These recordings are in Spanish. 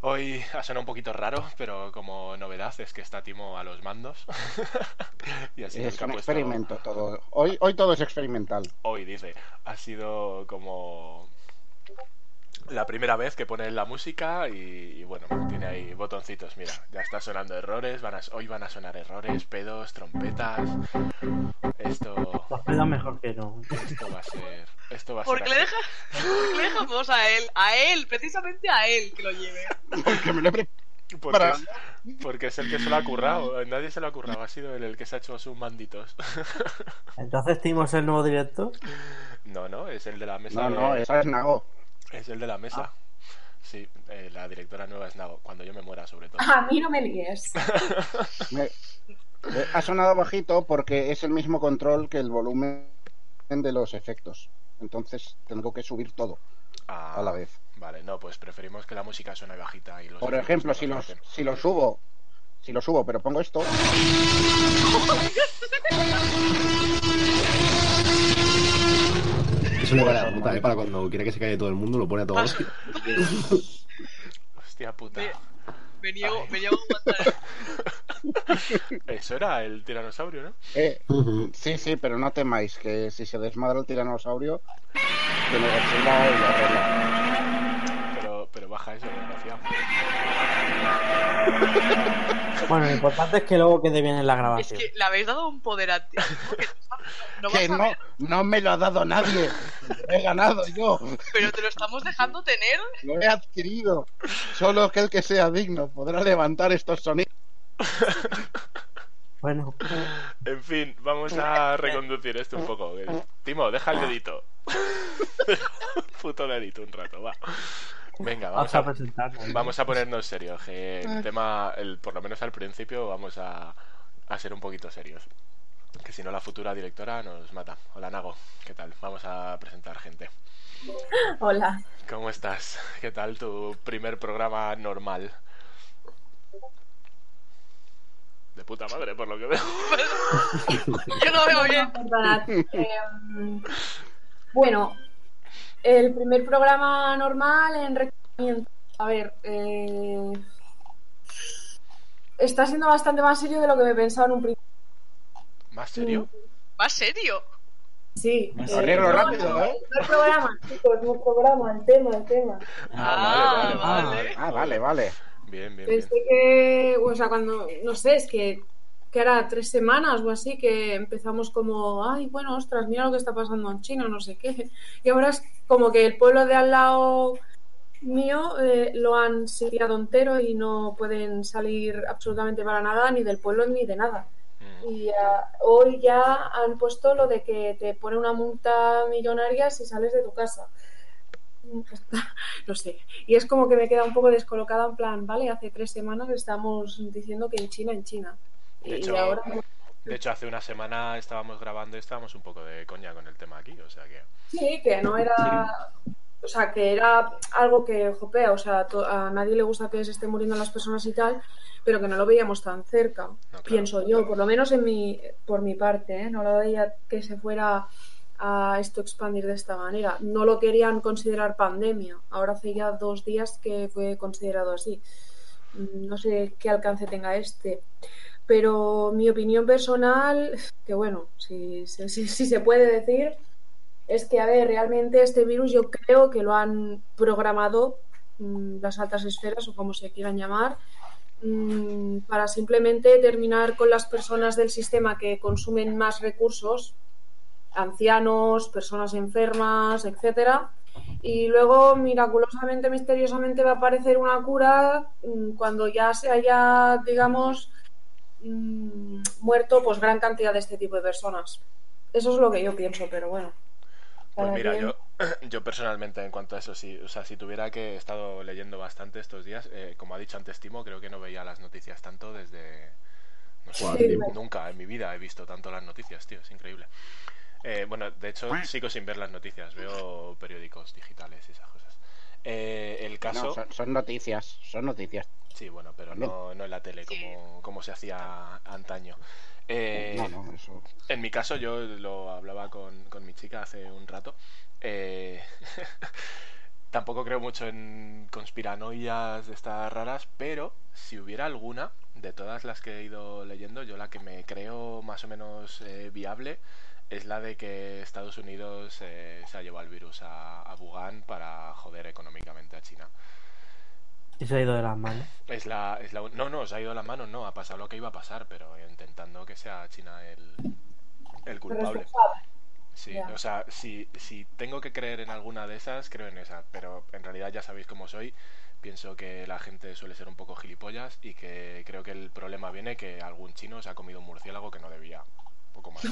Hoy ha sonado un poquito raro, pero como novedad es que está Timo a los mandos. y así Es nunca un ha puesto- experimento todo. Hoy, hoy todo es experimental. Hoy dice, ha sido como la primera vez que pone la música y, y bueno, tiene ahí botoncitos. Mira, ya está sonando errores, van a- hoy van a sonar errores, pedos, trompetas. Esto, Los pedos Pues mejor que no. esto va a ser. Esto va a ¿Por ser qué, le así. deja, ¿Por qué le dejamos a él? A él, precisamente a él que lo lleve. Porque me lo he pre- Porque para- es, porque es el que se lo ha currado. Nadie se lo ha currado, ha sido él el que se ha hecho sus manditos. Entonces, Timo es el nuevo director. No, no, es el de la mesa. No, de- no, esa es Nago. Es el de la mesa. Sí, eh, la directora nueva es Nago, cuando yo me muera sobre todo. A mí no me líes. Me- eh, Ha sonado bajito porque es el mismo control que el volumen de los efectos. Entonces tengo que subir todo Ah, a la vez. Vale, no, pues preferimos que la música suene bajita y los Por efectos ejemplo, que si Ah, lo, bajen. si lo subo, si lo subo, pero pongo esto, Es una cara de puta, ¿eh? Para cuando quiera que se calle todo el mundo, lo pone a todos. Paso. Hostia puta. Me, me niego, Ay. me niego a aguantar. Eso era el tiranosaurio, ¿no? eh, Ujú. Sí, sí, pero no temáis que si se desmadra el tiranosaurio, que me Godzilla y lo arregla. Pero, pero baja eso, desgraciado. Bueno, lo importante es que luego quede bien en la Ah, Es grabación. que le habéis dado un poder a ti. No vas Que a no, ver, no me lo ha dado nadie. Lo he ganado yo. pero te lo estamos dejando tener. Lo he adquirido. Solo aquel que sea digno podrá levantar estos sonidos. Bueno, En fin, vamos a reconducir esto un poco. Eh, Timo, deja el dedito. Puto dedito un rato, va. Venga, vamos vamos a a, presentarnos. vamos a ponernos serios. que Ah. el tema, el, por lo menos al principio, vamos a, a ser un poquito serios. Que si no, la futura directora nos mata. Hola, Nago. ¿Qué tal? Vamos a presentar gente. Hola. ¿Cómo estás? ¿Qué tal tu primer programa normal? De puta madre, por lo que veo. Yo no veo bien. Perdonad. Em, bueno, el primer programa normal en recogimiento. A ver, eh, está siendo bastante más serio de lo que me pensaba en un principio. ¿Más serio? ¿Más serio? Sí. Más eh, serio, no, rápido, no, ¿eh? No el programa, chicos, no el programa, el tema, el tema. Ah, vale, vale, vale. Ah, vale, vale. Bien, bien, bien. Pensé que, o sea, cuando, no sé, es que, que era tres semanas o así que empezamos como, ay, bueno, ostras, mira lo que está pasando en China, no sé qué. Y ahora es como que el pueblo de al lado mío eh, lo han sitiado entero y no pueden salir absolutamente para nada, ni del pueblo ni de nada. Mm. Y ah, hoy ya han puesto lo de que te pone una multa millonaria si sales de tu casa. Mm, No sé. Y es como que me queda un poco descolocada en plan, ¿vale? Hace tres semanas estamos diciendo que en China, en China. De y hecho, ahora... De hecho, hace una semana estábamos grabando y estábamos un poco de coña con el tema aquí, o sea que... Sí, que no era. O sea, que era algo que jopea, o sea, to- a nadie le gusta que se estén muriendo las personas y tal, pero que no lo veíamos tan cerca, claro. pienso yo, por lo menos en mi, por mi parte, ¿eh? no lo veía que se fuera a esto expandir de esta manera. No lo querían considerar pandemia, ahora hace ya dos días que fue considerado así. Mm, No sé qué alcance tenga este, pero mi opinión personal, que bueno, si, si- si- si se puede decir, es que, a ver, realmente este virus yo creo que lo han programado mm, las altas esferas o como se quieran llamar mm, para simplemente terminar con las personas del sistema que consumen más recursos, ancianos, personas enfermas, etcétera. Y luego, miraculosamente, misteriosamente, va a aparecer una cura mm, cuando ya se haya, digamos, mm, muerto pues gran cantidad de este tipo de personas. Eso es lo que yo pienso, pero bueno. Pues Cada mira, quien. yo, yo personalmente en cuanto a eso, sí, o sea, si tuviera que he estado leyendo bastante estos días, eh, como ha dicho antes Timo, creo que no veía las noticias tanto desde... No sé, Joder, tío. nunca en mi vida he visto tanto las noticias, tío, es increíble. Eh, bueno, de hecho Pues sigo sin ver las noticias, veo periódicos digitales y esas cosas. Eh, el caso... No, son, son noticias, son noticias. Sí, bueno, pero También. no, no en la tele como, como se hacía antaño. Eh, No, no, eso. en mi caso, yo lo hablaba con, con mi chica hace un rato. eh, tampoco creo mucho en conspiranoias de estas raras, pero si hubiera alguna, de todas las que he ido leyendo, yo la que me creo más o menos eh, viable es la de que Estados Unidos eh, se ha llevado el virus a, a Wuhan para joder económicamente a China. Y ah, se ha ido de las manos. Es la, es la un- No, no, se ha ido la mano, no, ha pasado lo que iba a pasar, pero intentando que sea China el, el culpable. Sí, Ya. o sea, si, si tengo que creer en alguna de esas, creo en esa, pero en realidad ya sabéis cómo soy, pienso que la gente suele ser un poco gilipollas y que creo que el problema viene que algún chino se ha comido un murciélago que no debía. Poco más.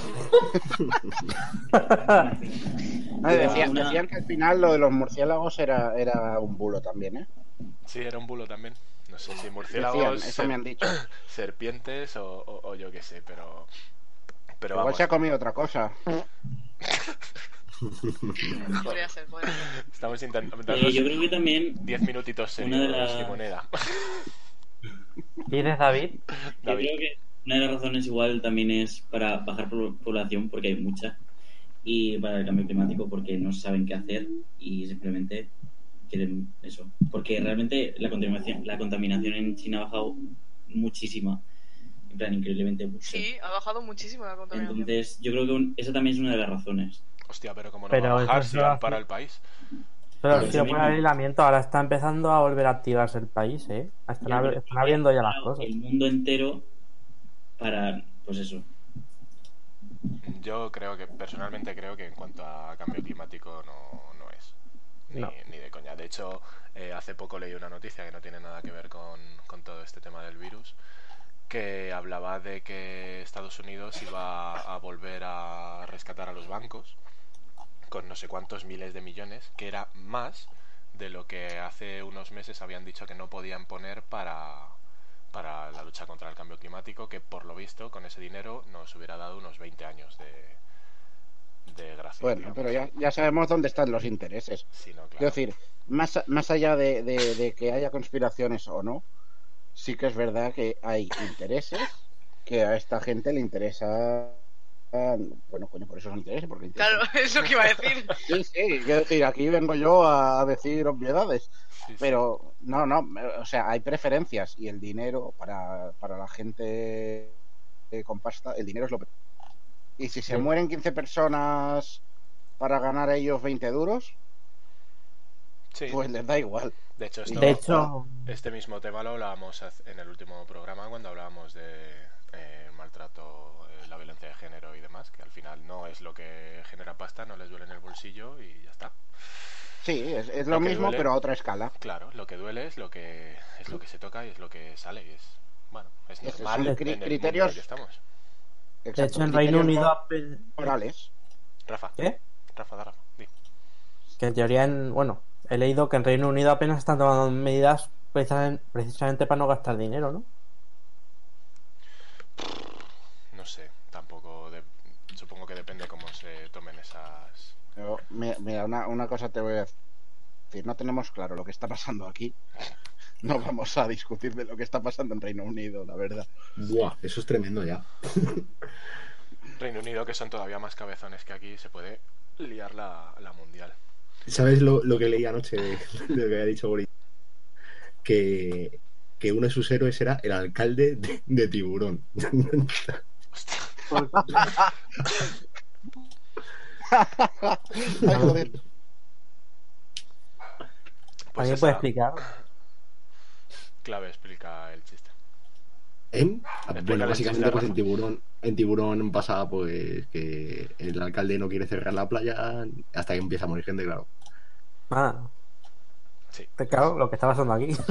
No, y decían, decían que al final lo de los murciélagos era, era un bulo también, ¿eh? Sí, era un bulo también. No sé si Decían, murciélagos, eso me han dicho. ser- serpientes o, o- o yo qué sé, pero... Pero Igual vamos, se ha comido otra cosa. Podría ser, podría ser. estamos intentando... Eh, yo creo que también 10 minutitos Una de serios, las- limoneda. ¿Y eres David? Yo David. creo que una de las razones igual también es para bajar po- población, porque hay mucha, y para el cambio climático, porque no saben qué hacer y simplemente quieren eso. Porque realmente la contaminación, la contaminación en China ha bajado muchísima, en plan increíblemente mucho. Sí, ha bajado muchísimo la contaminación. Entonces, yo creo que un- esa también es una de las razones. Hostia, pero como no Pero va a bajar, eso si lo van hace- para el país. Pero Pero si lo sí pone mismo. aislamiento, ahora está empezando a volver a activarse el país, ¿eh? Están, Ya, abri- pero están abriendo ya las cosas. El mundo entero para, pues eso. Yo creo que, personalmente creo que en cuanto a cambio climático no, no es. Ni, No. ni de coña. De hecho, eh, hace poco leí una noticia que no tiene nada que ver con, con todo este tema del virus, que hablaba de que Estados Unidos iba a volver a rescatar a los bancos con no sé cuántos miles de millones, que era más de lo que hace unos meses habían dicho que no podían poner para, para la lucha contra el cambio climático, que por lo visto con ese dinero nos hubiera dado unos 20 años de, de gracia. Bueno, digamos. pero ya, ya sabemos dónde están los intereses. Sí, no, claro. Quiero decir, más, más allá de, de- de que haya conspiraciones o no, sí que es verdad que hay intereses que a esta gente le interesa. Bueno, coño, por eso son intereses, porque interesa. Claro, es lo que iba a decir. Sí, sí, quiero decir, aquí vengo yo a decir obviedades, Sí, sí. pero no, no, o sea, hay preferencias y el dinero para, para la gente eh, con pasta, el dinero es lo peor. Y si se Sí. mueren 15 personas para ganar a ellos 20 duros, Sí, pues les da igual. de hecho, esto- De hecho, este mismo tema lo hablábamos haz- en el último programa cuando hablábamos de eh, maltrato, eh, la violencia de género y demás, que al final no es lo que genera pasta, no les duele en el bolsillo y ya está. Sí, es, es Lo lo que mismo, duele. pero a otra escala. Claro, lo que duele es lo que es lo que se toca y es lo que sale y es bueno, es Esos normal son en cri- el mundo en el criterios- que estamos. De hecho, en Reino Unido. ha pe- Morales. Rafa. ¿Qué? Rafa, da Rafa. di. Que en teoría, en, bueno, he leído que en Reino Unido apenas están tomando medidas precisamente, precisamente para no gastar dinero, ¿no? No sé, tampoco. de- Supongo que depende cómo se tomen esas. Pero, mi- mira, una, una cosa te voy a decir. No tenemos claro lo que está pasando aquí. No vamos a discutir de lo que está pasando en Reino Unido, la verdad. Buah, eso es tremendo ya. Reino Unido, que son todavía más cabezones que aquí, se puede liar la, la mundial. ¿Sabes lo, lo que leí anoche de, de lo que había dicho Boris? Que, que uno de sus héroes era el alcalde de, de Tiburón. Ay, joder. Pues ¿Alguien esa puede explicar? clave explica el chiste. ¿Eh? Bueno, Explícale, básicamente chiste, pues en Rafa. tiburón, en tiburón pasa pues que el alcalde no quiere cerrar la playa hasta que empieza a morir gente, claro. Ah, Sí, te cago lo que está pasando aquí. es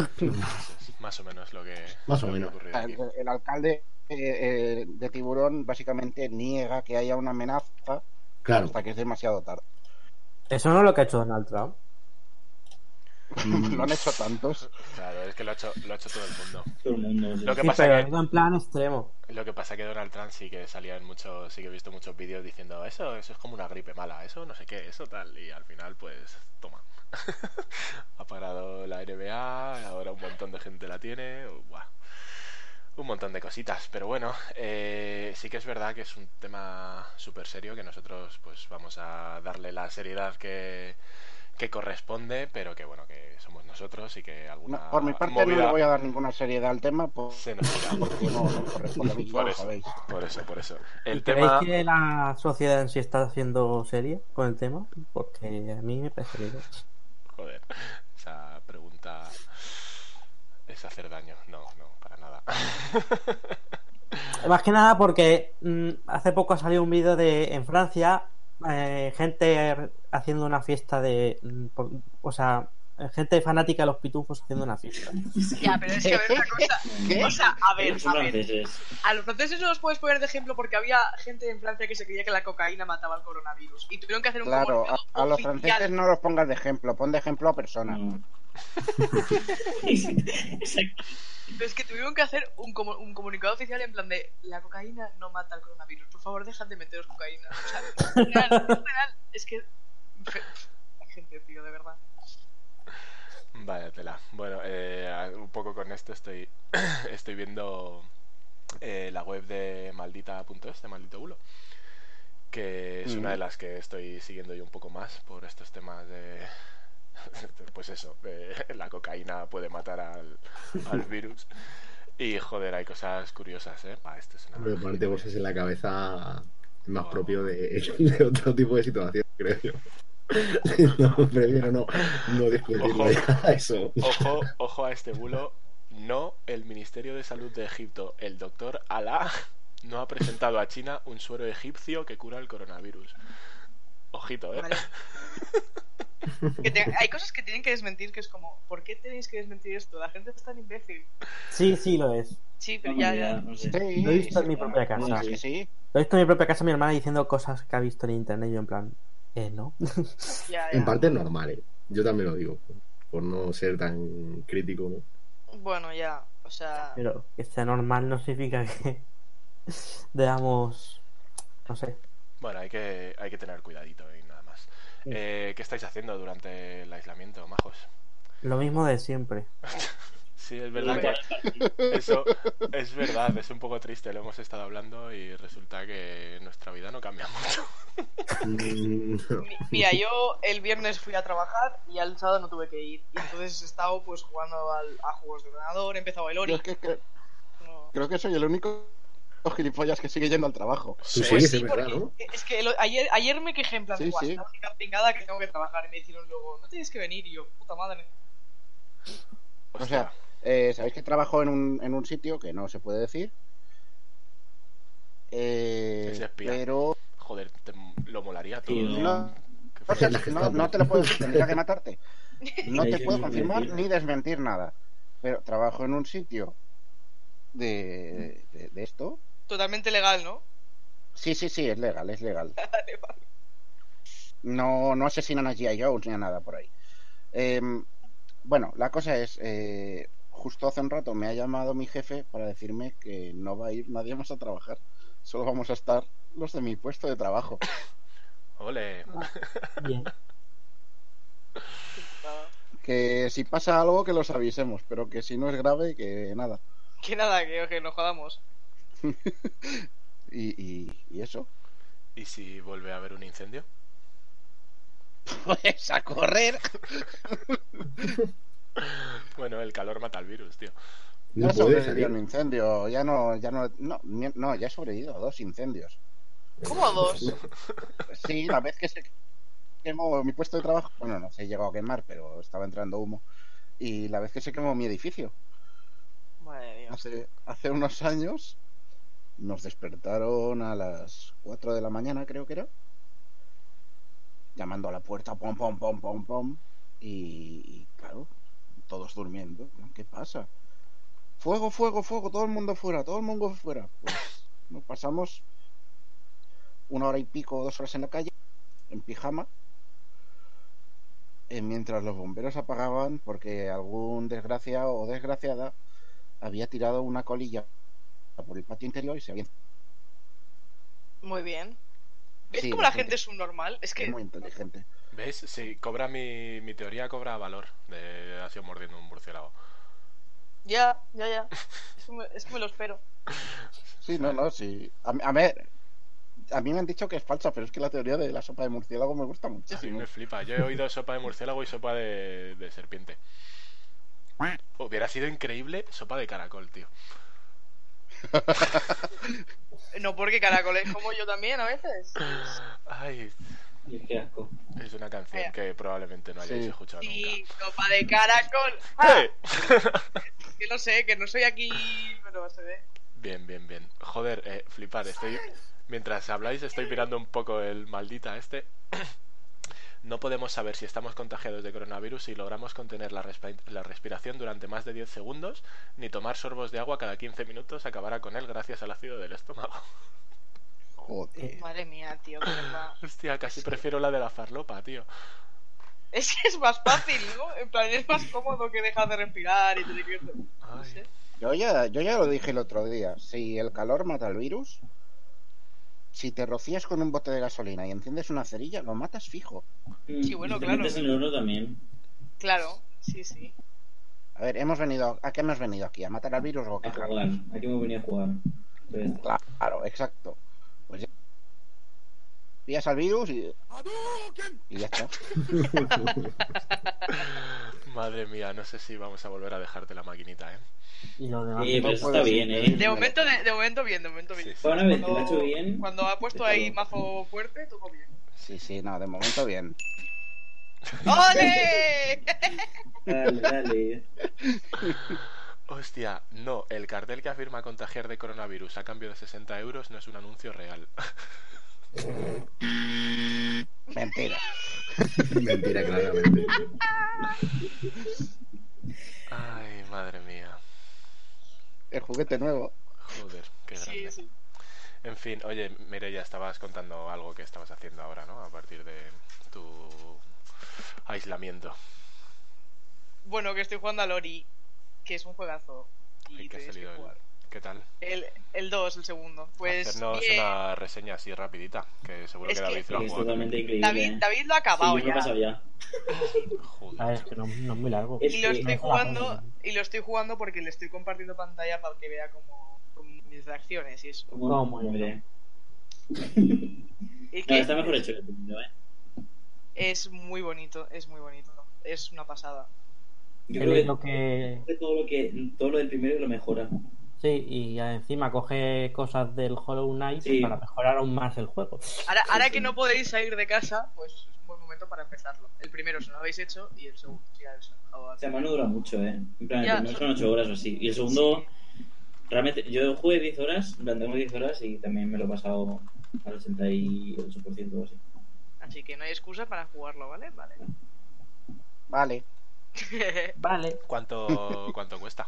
más o menos lo que. Más o lo que ha menos. ocurrido aquí. El, el alcalde eh, eh, de Tiburón básicamente niega que haya una amenaza Claro. hasta que es demasiado tarde. Eso no es lo que ha hecho Donald Trump. mm, Mm. Lo han hecho tantos. Claro, es que lo ha hecho, lo ha hecho todo el mundo. Todo el mundo. Lo que Sí, pasa pero que- ha ido en plan extremo. Lo que pasa que Donald Trump sí que salía en muchos, sí que he visto muchos vídeos diciendo eso, eso es como una gripe mala, eso no sé qué, eso tal, y al final pues toma. ha parado la NBA, ahora un montón de gente la tiene, buah, un montón de cositas, pero bueno, eh, sí que es verdad que es un tema súper serio que nosotros pues vamos a darle la seriedad que, que corresponde, pero que bueno, que somos nosotros y que alguna No, por mi parte no movida- le voy a dar ninguna seriedad al tema por- se nos irá. porque no, no corresponde a mí, ya Por lo eso, sabéis. por eso, por eso. ¿Y El creéis tema... que la sociedad en sí está haciendo serie con el tema? Porque a mí me parece que no. Joder, esa pregunta es hacer daño. No, no, para nada. Más que nada porque mm, hace poco ha salido un vídeo de en Francia, eh, gente haciendo una fiesta de. mm, por- o sea, gente fanática de los pitufos haciendo una fiesta. Ya, pero es que a ver una cosa. O sea, a ver, Son a ver. franceses. A los franceses no los puedes poner de ejemplo porque había gente en Francia que se creía que la cocaína mataba al coronavirus. Y tuvieron que hacer un Claro, a, comunicado a los oficial. franceses no los pongas de ejemplo, pon de ejemplo a personas. Mm, No. Exacto. Pero es que tuvieron que hacer un, comu- un comunicado oficial en plan de la cocaína no mata al coronavirus. Por favor, dejad de meteros cocaína. O sea, es real, es real. Es que. fe- La gente, tío, de verdad. Vaya tela. Bueno, eh, un poco con esto estoy, estoy viendo eh, la web de maldita.es, de maldito bulo, que es una de las que estoy siguiendo yo un poco más por estos temas de... Pues eso, de- la cocaína puede matar al, al virus. Y joder, hay cosas curiosas, ¿eh? Bah, esto es una... Pero ponerte bolsas en la cabeza es más Wow. propio de, de otro tipo de situación, creo yo. No, prefiero no, no discutirlo Ojo. ya eso. Ojo, ojo a este bulo. No, el Ministerio de Salud de Egipto, el doctor Alá, no ha presentado a China un suero egipcio que cura el coronavirus. Ojito, ¿eh? Vale. Que te- hay cosas que tienen que desmentir que es como, ¿por qué tenéis que desmentir esto? La gente es tan imbécil. Sí, sí lo es. Sí, pero ya, ya. No sé. Sí, Lo he visto en sí, mi propia claro, casa. es que sí. Lo he visto en mi propia casa, mi hermana diciendo cosas que ha visto en internet. Y yo, en plan, eh, no. ya, En ya. parte es normal, ¿eh? yo también lo digo, por no ser tan crítico, ¿no? Bueno, ya. O sea. Pero que sea normal no significa que. Debamos. No sé. Bueno, hay que, hay que tener cuidadito y nada más. Eh, ¿Qué estáis haciendo durante el aislamiento, majos? Lo mismo de siempre. Sí, es verdad que eso es verdad, es un poco triste, lo hemos estado hablando y resulta que nuestra vida no cambia mucho. Mm, no. Mi- Mira, yo el viernes fui a trabajar y al sábado no tuve que ir. Y entonces he estado pues jugando al- a juegos de ordenador, he empezado el Yo es Ori. que creo, no- creo que soy el único gilipollas que sigue yendo al trabajo. Tú Sí, sigues, Pues sí, es verdad, porque ¿no? Es que el- ayer, ayer me quejé en plan, Sí, "Buah, sí. está la única pingada que tengo que trabajar. Y me dijeron luego, no tienes que venir. Y yo, puta madre. O sea, eh, sabéis que trabajo en un, en un sitio que no se puede decir. Eh, Es espía. pero Joder, te- lo molaría todo. Sí, no, Qué no fuerte. te, no- no te lo puedo decir, tendría que matarte. No Sí, te sí, puedo sí, confirmar sí. ni desmentir nada. Pero trabajo en un sitio de, de, de esto Totalmente legal, ¿no? Sí, sí, sí, es legal, es legal. Vale, vale. No, no asesinan a G.I. Jones ni a nada por ahí. Em, bueno, la cosa es, eh, justo hace un rato me ha llamado mi jefe para decirme que no va a ir nadie más a trabajar. Solo vamos a estar los de mi puesto de trabajo. Ole. Bien. Nada. Que si pasa algo que los avisemos, pero que si no es grave, que nada. Que nada, que, que nos jodamos. Y, y- y eso. ¿Y si vuelve a haber un incendio? Pues a correr. Bueno, el calor mata al virus, tío. No Ya puede sobrevivió salir. un incendio, ya no, ya no, no, ni- no, ya he sobrevivido a dos incendios. ¿Cómo a dos? Sí, la vez que se quemó mi puesto de trabajo, bueno, no se llegó a quemar, pero estaba entrando humo. Y la vez que se quemó mi edificio, Madre de Dios. eh, hace, hace unos años, nos despertaron a las 4 de la mañana, creo que era, llamando a la puerta, pom, pom, pom, pom, pom, y, y, claro, todos durmiendo. ¿no? ¿Qué pasa? Fuego, fuego, fuego, todo el mundo fuera, todo el mundo fuera. Pues nos pasamos una hora y pico, dos horas en la calle, en pijama, eh, mientras los bomberos apagaban porque algún desgraciado o desgraciada había tirado una colilla por el patio interior y se había Muy bien. ¿Ves Sí, cómo la bastante. gente es subnormal? Es que muy inteligente. ¿Ves? Sí, cobra mi, mi teoría cobra valor de ha sido mordiendo un murciélago. ya, ya, ya. Es que me, es que me lo espero. Sí, no, no, sí. A, mí- a ver, a mí me han dicho que es falsa, pero es que la teoría de la sopa de murciélago me gusta A mí muchísimo. me flipa. Yo he oído sopa de murciélago y sopa de, de serpiente. Hubiera sido increíble sopa de caracol, tío. No, porque caracoles como yo también a veces. Ay, Y es que asco. es una canción Vaya. que probablemente no hayáis Sí. escuchado Sí, nunca. copa de caracol. ¡Ah! ¡Eh! Que no sé, que no soy aquí. Pero se ve. Bien, bien, bien. Joder, eh, flipar. Estoy. Mientras habláis, estoy mirando un poco el maldita este. No podemos saber si estamos contagiados de coronavirus si logramos contener la, respi- la respiración durante más de 10 segundos, ni tomar sorbos de agua cada 15 minutos acabará con él gracias al ácido del estómago. Eh, Joder. Eh, Madre mía, tío, qué verdad. Hostia, casi prefiero la de la farlopa, tío. Es que es más fácil, ¿no? En plan, es más cómodo que dejar de respirar y te que... No Ay. sé. Yo ya, yo ya lo dije el otro día. Si el calor mata el virus, si te rocías con un bote de gasolina y enciendes una cerilla, lo matas fijo. Sí, bueno, Y te claro. metes en el horno también. Claro, sí, sí. A ver, hemos venido, ¿a qué hemos venido aquí? ¿A matar al virus o a A qué? jugar. Aquí me venía a jugar. Pues, Claro, exacto. Pues ya. Pillas al virus y. Y ya está. Madre mía, no sé si vamos a volver a dejarte la maquinita, ¿eh? Y lo demás. eh, pero eso puede está ser. bien, ¿eh? De momento, de, de momento bien, de momento bien. Sí, sí. Fue una vez que lo ha hecho bien. cuando ha puesto ahí mazo fuerte, todo bien. Sí, sí, no, de momento bien. ¡Ole! Dale, dale. Hostia, no, el cartel que afirma contagiar de coronavirus a cambio de 60 euros no es un anuncio real. Mentira. Mentira, claramente. Ay, madre mía. El juguete nuevo. Joder, qué grande. Sí, sí. En fin, oye, mire, ya estabas contando algo que estabas haciendo ahora, ¿no? A partir de tu aislamiento. Bueno, que estoy jugando a Lori, que es un juegazo. Ay, Y que ha tenéis que salido el- jugar. ¿Qué tal? El, el 2, el segundo. Pues. Hacernos bien. una reseña así rapidita, que seguro Es que que- David lo ha Es jugado también. totalmente increíble. David, David lo ha Sí, yo acabado me lo he ya. pasado ya. A ver, Joder. es que no, no es muy largo. Es Y lo que- estoy no, jugando, no. y lo estoy jugando porque le estoy compartiendo pantalla para que vea como, como mis reacciones y eso. Como No, un muy hombre. bien. Y No, que está mejor hecho que el primero, ¿eh? es muy bonito, es muy bonito. Es una pasada. Yo Él es creo lo que. que todo lo, que, todo lo del primero lo mejora. Sí, y encima coge cosas del Hollow Knight Sí. para mejorar aún más el juego. Ahora, ahora que no podéis salir de casa, pues es un buen momento para empezarlo. El primero se lo habéis hecho y el segundo ya es O sea, más no dura mucho, ¿eh? En plan, Ya. el primero son 8 horas o así. Y el segundo, realmente, yo jugué 10 horas, en plan, tengo 10 horas y también me lo he pasado al 88% o así. Así que no hay excusa para jugarlo, ¿vale? Vale. Vale. Vale. ¿Cuánto, ¿Cuánto cuesta?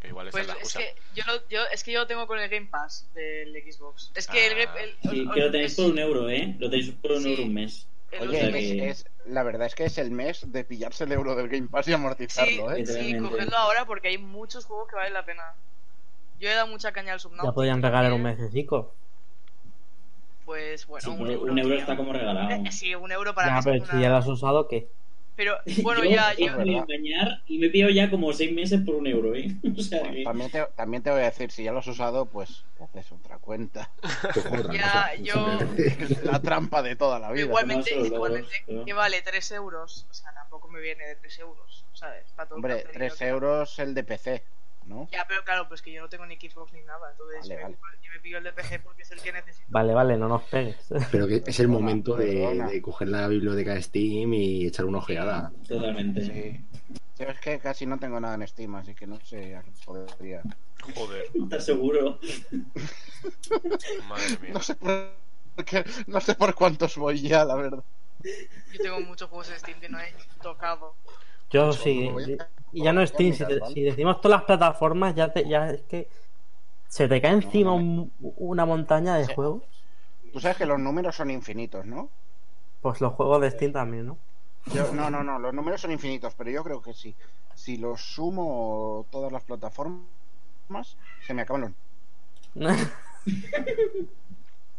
Que igual Pues esa es la es excusa. que, yo lo, yo, es que yo lo tengo con el Game Pass del Xbox. Es que el, Ah. Game- el, Sí, el- que lo tenéis es- por un euro, ¿eh? Lo tenéis por un Sí. euro un mes. el O sea Oye, último- es- que- es- la verdad es que es el mes de pillarse el euro del Game Pass y Sí, amortizarlo, ¿eh? sí, Literalmente. cogedlo ahora porque hay muchos juegos que valen la pena. Yo he dado mucha caña al Subnautica. Ya podían regalar un también. mes de cinco. Pues bueno, Sí, un, por euro, un euro tío. está como regalado. Eh, sí, un euro para Ya, mí es pero una- si ya lo has usado, ¿qué? Pero bueno, Yo ya, he yo- verdad. podido engañar y me he pillado ya como seis meses por un euro, ¿eh? O sea que- También te, también te voy a decir, si ya lo has usado, pues te haces otra cuenta. Pues como otra Ya, cosa, yo- simplemente. La trampa de toda la vida. igualmente, No, solo igualmente, logros, ¿no? que vale 3 euros. O sea, tampoco me viene de 3 euros, ¿sabes? Para todo el Hombre, placer que 3 yo tengo. euros el de PC, ¿no? Ya, pero claro, pues que yo no tengo ni Xbox ni nada. Entonces Vale, me- vale. yo me pido el DPG porque es el que necesito. Vale, vale, no nos pegues. Pero que es el Perdona, momento de, perdona. de coger la biblioteca de Steam y echar una ojeada. Totalmente. Yo es que casi no tengo nada en Steam, así que no sé a qué podría. Joder, ¿Estás seguro? madre mía. No sé por qué- no sé por cuántos voy ya, la verdad. Yo tengo muchos juegos en Steam que no he tocado. Yo sí. eh, voy a- de- Y ya no voy a Steam. Si, mirar, te- ¿vale? si decimos todas las plataformas, ya, te, ya es que se te cae encima no un- una montaña de Sí. juegos. Tú sabes que los números son infinitos, ¿no? Pues los juegos de Steam también, ¿no? Yo- no, no, no, los números son infinitos, pero yo creo que sí. Si los sumo todas las plataformas, se me acaban los.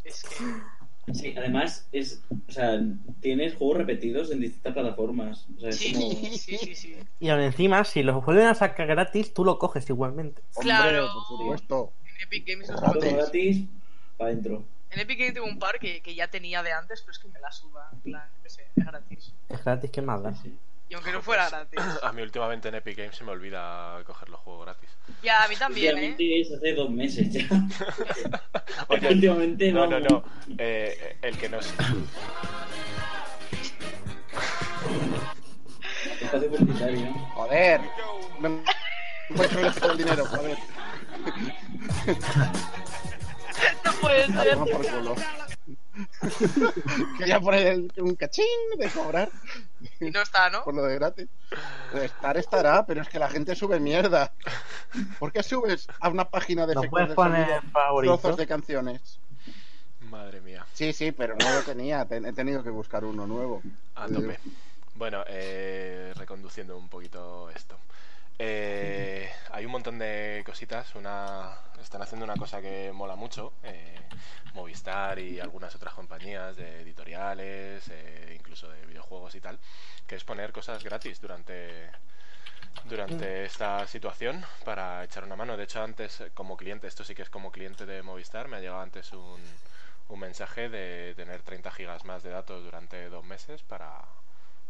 Es que. Sí, además, es, o sea, tienes juegos repetidos en distintas plataformas. O sea, es Sí, como- sí, sí, sí. y aún encima, si los vuelven a sacar gratis, tú lo coges igualmente. Hombre, Claro. por supuesto. En Epic Games los Joder. todo tengo. gratis, para adentro. En Epic Games tengo un par que, que ya tenía de antes, pero es que me la suba. En plan, que sé, es gratis. Es gratis, ¿qué más da? Y aunque no fuera gratis. A mí últimamente en Epic Games se me olvida coger los juegos gratis. Ya, a mí también, ¿eh? Últimamente es hace dos meses ya. Oye, Últimamente no, no, vamos. no. Eh, el que nos... Espacio publicitario. Joder. No me puedes subir todo el dinero, joder. No puede A ser. tomar por culo. Quería poner el- un cachín de cobrar Y no está, ¿no? por lo de gratis. De estar estará, pero es que la gente sube mierda. ¿Por qué subes a una página de No efectos puedes de poner sonido favoritos. trozos de canciones? Madre mía, Sí, sí, pero no lo tenía. Ten- he tenido que buscar uno nuevo. a tope. Bueno, eh, reconduciendo un poquito esto. Eh, hay un montón de cositas. Una, están haciendo una cosa que mola mucho. eh, Movistar y algunas otras compañías de editoriales, eh, incluso de videojuegos y tal, que es poner cosas gratis durante durante Mm. esta situación para echar una mano. De hecho, antes eh, como cliente, esto sí que es como cliente de Movistar, me ha llegado antes un, un mensaje de tener 30 gigas más de datos durante dos meses para...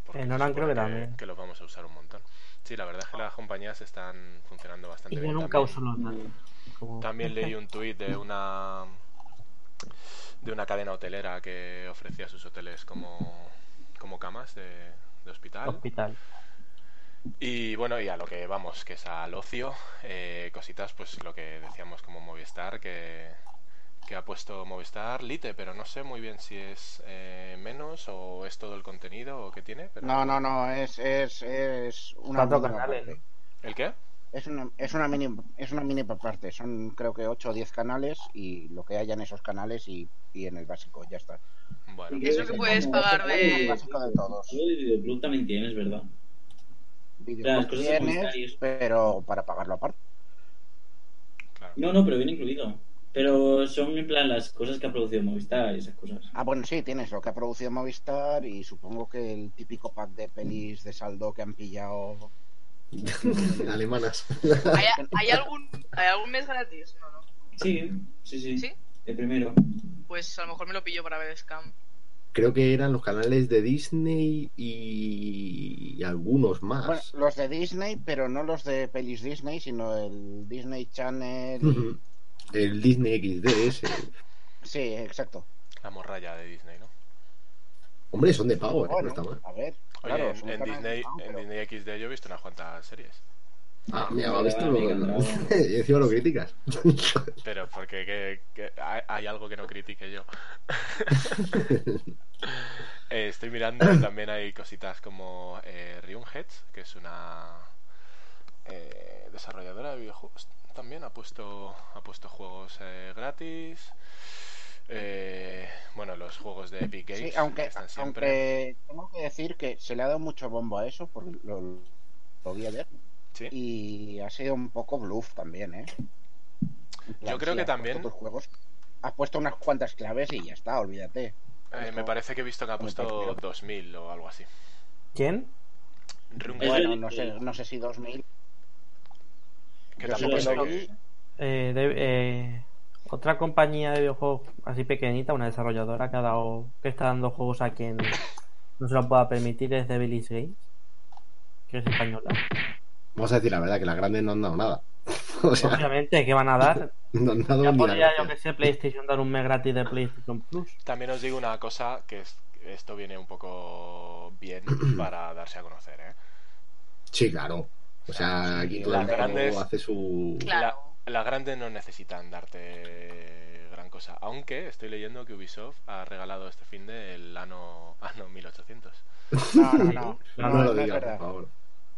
porque En se Orange supone creo que también. que los vamos a usar un montón. Sí, la verdad es que las compañías están funcionando bastante Y yo bien. nunca también. uso los datos. Como- También leí un tuit de una de una cadena hotelera que ofrecía sus hoteles como, como camas de, de hospital. Hospital. Y bueno, y a lo que vamos, que es al ocio, eh, cositas, pues lo que decíamos como Movistar, que, que ha puesto Movistar Lite, pero no sé muy bien si es eh, menos o es todo el contenido o qué tiene. Pero... No, no, no, es, es, es una Cuatro mínima canales, parte. ¿El qué? Es una, es una mini, es una mini parte, son creo que 8 o 10 canales y lo que haya en esos canales y, y en el básico, ya está. Bueno, Eso que puedes pagar El de- básico de todos. Algo de Videoclub también tienes, ¿verdad? Videojuegos cosas tienes, publicitarias. pero para pagarlo aparte. claro. No, no, pero viene incluido. Pero son en plan las cosas que ha producido Movistar y esas cosas. Ah, bueno, sí, tienes lo que ha producido Movistar y supongo que el típico pack de pelis de saldo que han pillado. Alemanas. ¿Hay, hay algún, ¿Hay algún mes gratis? No, no. Sí, sí, sí. ¿Sí? El primero. Pues a lo mejor me lo pillo para ver Scam. Creo que eran los canales de Disney y, y algunos más. Bueno, los de Disney, pero no los de pelis Disney, sino el Disney Channel. y- Ujú. El Disney XD ese. Sí, exacto. La morralla de Disney, ¿no? Hombre, son de pago, eh, Bueno, no está mal. a ver, Oye, claro, en, son en canales de Disney, pago, en pero- Disney XD yo he visto unas cuantas series. Ah, mira, va, Vale, esto vale, lo- venga, bravo. y encima lo criticas. Pero porque que- que hay, hay algo que no critique yo. Eh, estoy mirando, también hay cositas como eh, Heads, que es una eh, desarrolladora de videojuegos también ha puesto, ha puesto juegos eh, gratis. Eh, bueno, los juegos de Epic Games Sí, que aunque, están siempre. aunque tengo que decir que se le ha dado mucho bombo a eso, porque lo, lo vi ayer, Sí. y ha sido un poco bluff también, ¿eh? En plan, Yo creo sí, que has puesto también- tus juegos, has puesto unas cuantas claves y ya está, olvídate. Eh, me parece que he visto que ha Me puesto parece. 2000 o algo así. ¿Quién? Es Runway, Bueno, el- no sé, no sé si 2000. que yo tampoco sé sé que lo que- vi. Eh, de- eh, otra compañía de videojuegos así pequeñita, una desarrolladora que ha dado, que está dando juegos a quien no se lo pueda permitir es Devil Is Games, que es española. Vamos a decir la verdad, que las grandes no han dado nada. o sea, Obviamente, ¿qué van a dar? no han dado Ya ni la podría, yo gracia. que sé, PlayStation dar un mes gratis de PlayStation Plus. También os digo una cosa que es- esto viene un poco bien para darse a conocer, ¿eh? Sí, claro. O sea, aquí Sí, todo las el mundo grandes- hace su. Claro. La- las grandes no necesitan darte gran cosa, aunque estoy leyendo que Ubisoft ha regalado este fin de el ano, ano 1800. No, no, no. No, No, lo no es digas, por verdad. favor.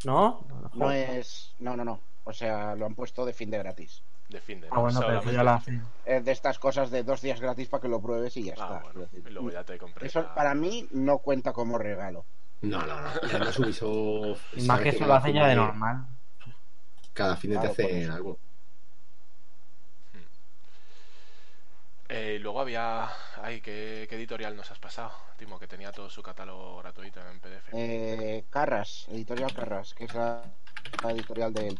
¿No? No, No es. No, no, no. O sea, lo han puesto de fin de gratis. De fin de Ah, bueno, pero eso ya la hace. Es de estas cosas de dos días gratis para que lo pruebes y ya está. Ah, bueno, y luego ya te compré. Eso la- para mí no cuenta como regalo. No, no, no. Y Además, Ubisoft. Más sabes que eso lo cada hace fin ya de normal. Cada fin de te Claro, por hacen eso. algo. Eh, y luego había. Ay, ¿qué, qué editorial nos has pasado, Timo? Que tenía todo su catálogo gratuito en PDF. Eh, Carras, editorial Carras, que es la, la editorial del,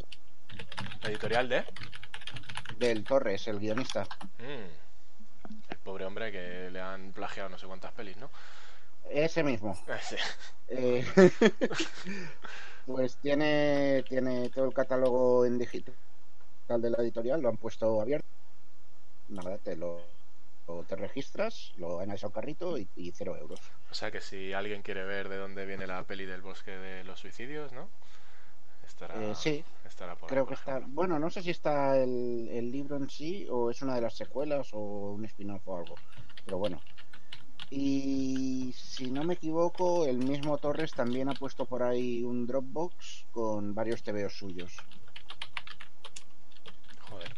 La editorial de. del Torres, el guionista. Mm. El pobre hombre que le han plagiado no sé cuántas pelis, ¿no? Ese mismo. Sí. Eh, pues tiene, tiene todo el catálogo en digital de la editorial, lo han puesto abierto. Nada, te lo, lo- te registras, lo añades al carrito y, y cero euros. O sea que si alguien quiere ver de dónde viene la peli del bosque de los suicidios, ¿no? Estará, Eh, sí, estará por ahí, creo por que está. ejemplo. Bueno, no sé si está el, el libro en sí o es una de las secuelas o un spin-off o algo, pero bueno. Y si no me equivoco, el mismo Torres también ha puesto por ahí un Dropbox con varios TVOs suyos. Joder.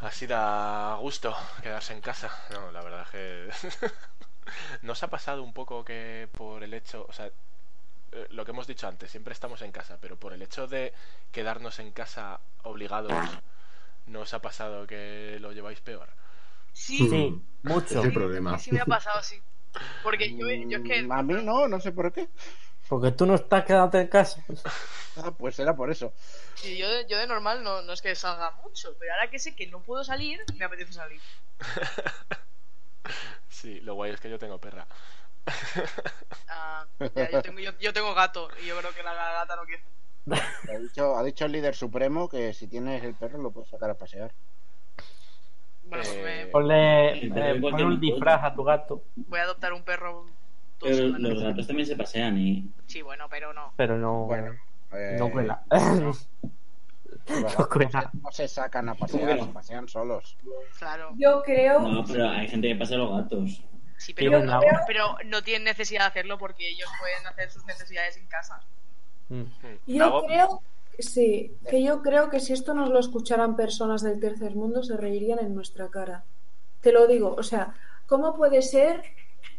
Así da gusto quedarse en casa. No, la verdad es que. Nos ha pasado un poco que por el hecho. O sea, eh, lo que hemos dicho antes, siempre estamos en casa, pero por el hecho de quedarnos en casa obligados, ¿no os ha pasado que lo lleváis peor? Sí, Hmm. Sí, mucho. Es el problema. sí me ha pasado así. Porque yo, yo es que. Mm, A mí no, no sé por qué. Porque tú no estás quedándote en casa. Ah, pues era por eso. Sí, yo, yo de normal no, no es que salga mucho, pero ahora que sé que no puedo salir, me apetece salir. Sí, lo guay es que yo tengo perra. Ah, ya, yo, tengo, yo, yo tengo gato y yo creo que la gata no quiere. Ha dicho, ha dicho el líder supremo que si tienes el perro lo puedes sacar a pasear. Bueno, pues Eh, me- Ponle, Sí, pero eh, igual ponle que un mi disfraz coche. a tu gato, voy a adoptar un perro dos Pero semanas. los gatos Pues también se pasean, ¿eh? Sí, bueno, pero no. pero no, Bueno, eh, no cuela. los No gatos cuela. No se sacan a pasear, se pasean solos. Claro. Yo creo. No, pero hay gente que pasea a los gatos. Sí, Yo pero, creo- pero no tienen necesidad de hacerlo porque ellos pueden hacer sus necesidades en casa. Mm. mm, Yo Nago, creo. Sí, que yo creo que si esto nos lo escucharan personas del tercer mundo se reirían en nuestra cara. Te lo digo, o sea, ¿cómo puede ser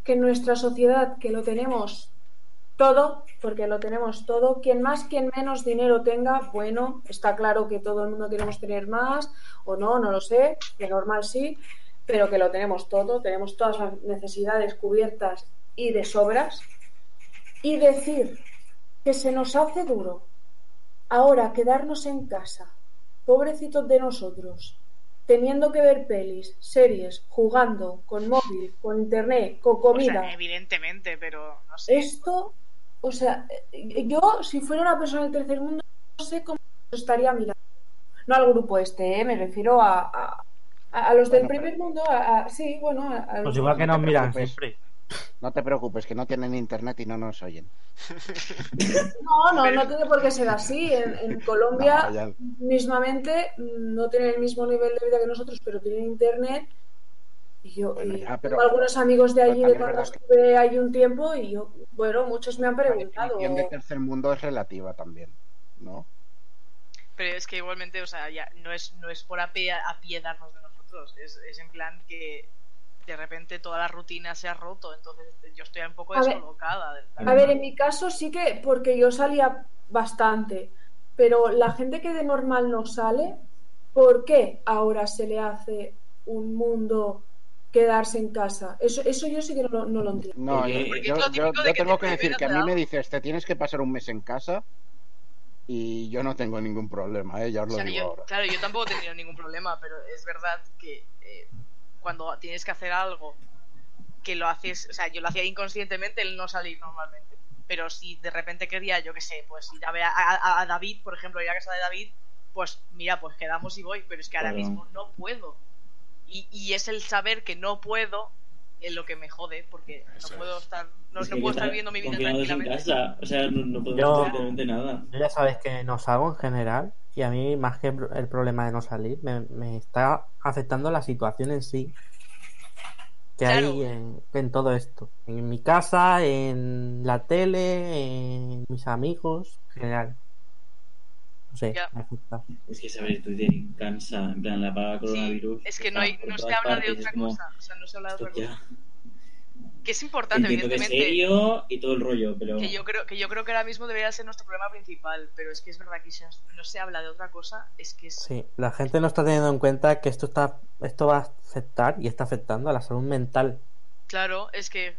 que en nuestra sociedad, que lo tenemos todo, porque lo tenemos todo, quien más, quien menos dinero tenga, bueno, está claro que todo el mundo queremos tener más, o no, no lo sé, de normal sí, pero que lo tenemos todo, tenemos todas las necesidades cubiertas y de sobras, y decir que se nos hace duro ahora quedarnos en casa, pobrecitos de nosotros, teniendo que ver pelis, series, jugando, con móvil, con internet, con O comida. sea, evidentemente, pero no sé. Esto, o sea, eh, yo si fuera una persona del tercer mundo, no sé cómo estaría mirando. No al grupo este, ¿eh? me refiero a, a, a los del Bueno, pero- primer mundo, a, a- sí, bueno, a, a los- Pues igual que nos miran preocupes. siempre. No te preocupes, que no tienen internet y no nos oyen. No, no, no tiene por qué ser así. En, en Colombia, No, ya- mismamente, mm, no tienen el mismo nivel de vida que nosotros, pero tienen internet. Y yo, Bueno, y ya, tengo pero- algunos amigos de pero allí, de también es cuando verdad que- estuve allí un tiempo, y yo, bueno, muchos me han La preguntado. definición de tercer mundo es relativa también. ¿no? Pero es que igualmente, o sea, ya no es, no es por ape- apiedarnos de nosotros, es, es en plan que de repente toda la rutina se ha roto, entonces yo estoy un poco A ver. descolocada. del- A ver, en mi caso sí que, porque yo salía bastante, pero la gente que de normal no sale, ¿por qué ahora se le hace un mundo quedarse en casa? Eso, eso yo sí que no, lo- no lo entiendo. No, Porque- yo- Porque es yo, lo yo- típico de yo que tengo te que decir prohíben que a hacer mí me algo. dices, te tienes que pasar un mes en casa y yo no tengo ningún problema, ¿eh? ya os O lo sea, digo yo- ahora. Claro, yo tampoco he tenido ningún problema, pero es verdad que eh, cuando tienes que hacer algo que lo haces, o sea, yo lo hacía inconscientemente el no salir normalmente. Pero si de repente quería, yo qué sé, pues ir a ver a, a- a David, por ejemplo, ir a casa de David, pues mira, pues quedamos y voy, pero es que ahora Claro. mismo no puedo. Y, y es el saber que no puedo en lo que me jode, porque Eso no puedo es. estar, no, Es no que puedo está estar viviendo mi vida confinados en tranquilamente. casa. O sea, no, no podemos Yo- hacer absolutamente nada. Yo ya sabes que no salgo en general y a mí más que el problema de no salir me, me está afectando la situación en sí que Claro. hay en, en todo esto. En mi casa, en la tele, en mis amigos, en general. No sé, Ya. me afecta. Es que saber Twitter cansa. En plan, la palabra coronavirus. Sí, es que no, está hay, por no se todas habla de partes, otra es como, cosa. O sea, no se habla de otra hostia, cosa. Que es importante, Entiendo que es evidentemente. serio y todo el rollo, pero. Que yo, creo, que yo creo que ahora mismo debería ser nuestro problema principal. Pero es que es verdad que si no se habla de otra cosa, es que es. Sí, la gente no está teniendo en cuenta que esto está, esto va a afectar y está afectando a la salud mental. Claro, es que.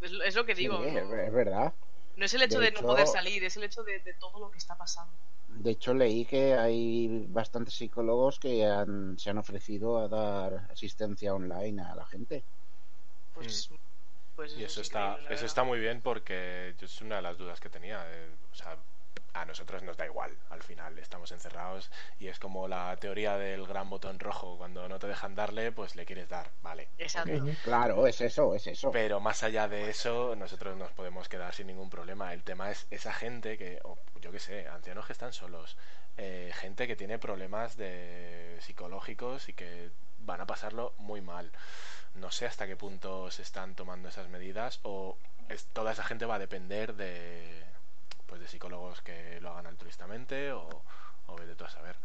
Es lo, es lo que Sí, digo. es, no, es verdad. no es el hecho de de, hecho- no poder salir, es el hecho de, de todo lo que está pasando. De hecho, leí que hay bastantes psicólogos que han- se han ofrecido a dar asistencia online a la gente. Pues. Mm. pues Y eso es está, increíble, la eso verdad. está muy bien porque yo- es una de las dudas que tenía. eh, o sea, a nosotros nos da igual, al final estamos encerrados y es como la teoría del gran botón rojo. Cuando no te dejan darle, pues le quieres dar, vale. Exacto. Ujú. Claro, es eso, es eso. Pero más allá de eso, nosotros nos podemos quedar sin ningún problema. El tema es esa gente que, o yo qué sé, ancianos que están solos, eh, gente que tiene problemas de psicológicos y que van a pasarlo muy mal. No sé hasta qué punto se están tomando esas medidas o es- toda esa gente va a depender de, pues de psicólogos que lo hagan altruistamente o, o vete tú a saber.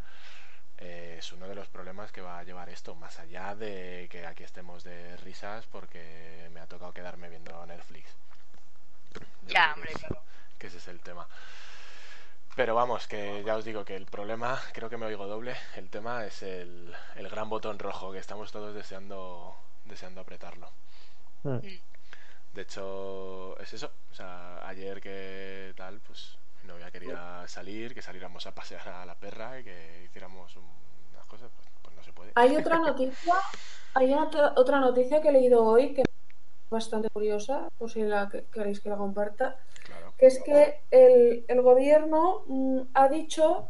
Eh, es uno de los problemas que va a llevar esto, más allá de que aquí estemos de risas porque me ha tocado quedarme viendo Netflix. Yo creo Ya, que hombre, es- claro. que ese es el tema. Pero vamos, que ya os digo que el problema, creo que me oigo doble, el tema es el, el gran botón rojo, que estamos todos deseando, deseando apretarlo. Mm. De hecho, es eso. O sea, ayer que tal, pues mi novia quería salir, que saliéramos a pasear a la perra y que hiciéramos un- unas cosas, pues, pues no se puede. Hay otra noticia, hay otra otra noticia que he leído hoy que es bastante curiosa, por si la que- queréis que la comparta. Claro. que es que el, el gobierno mm, ha dicho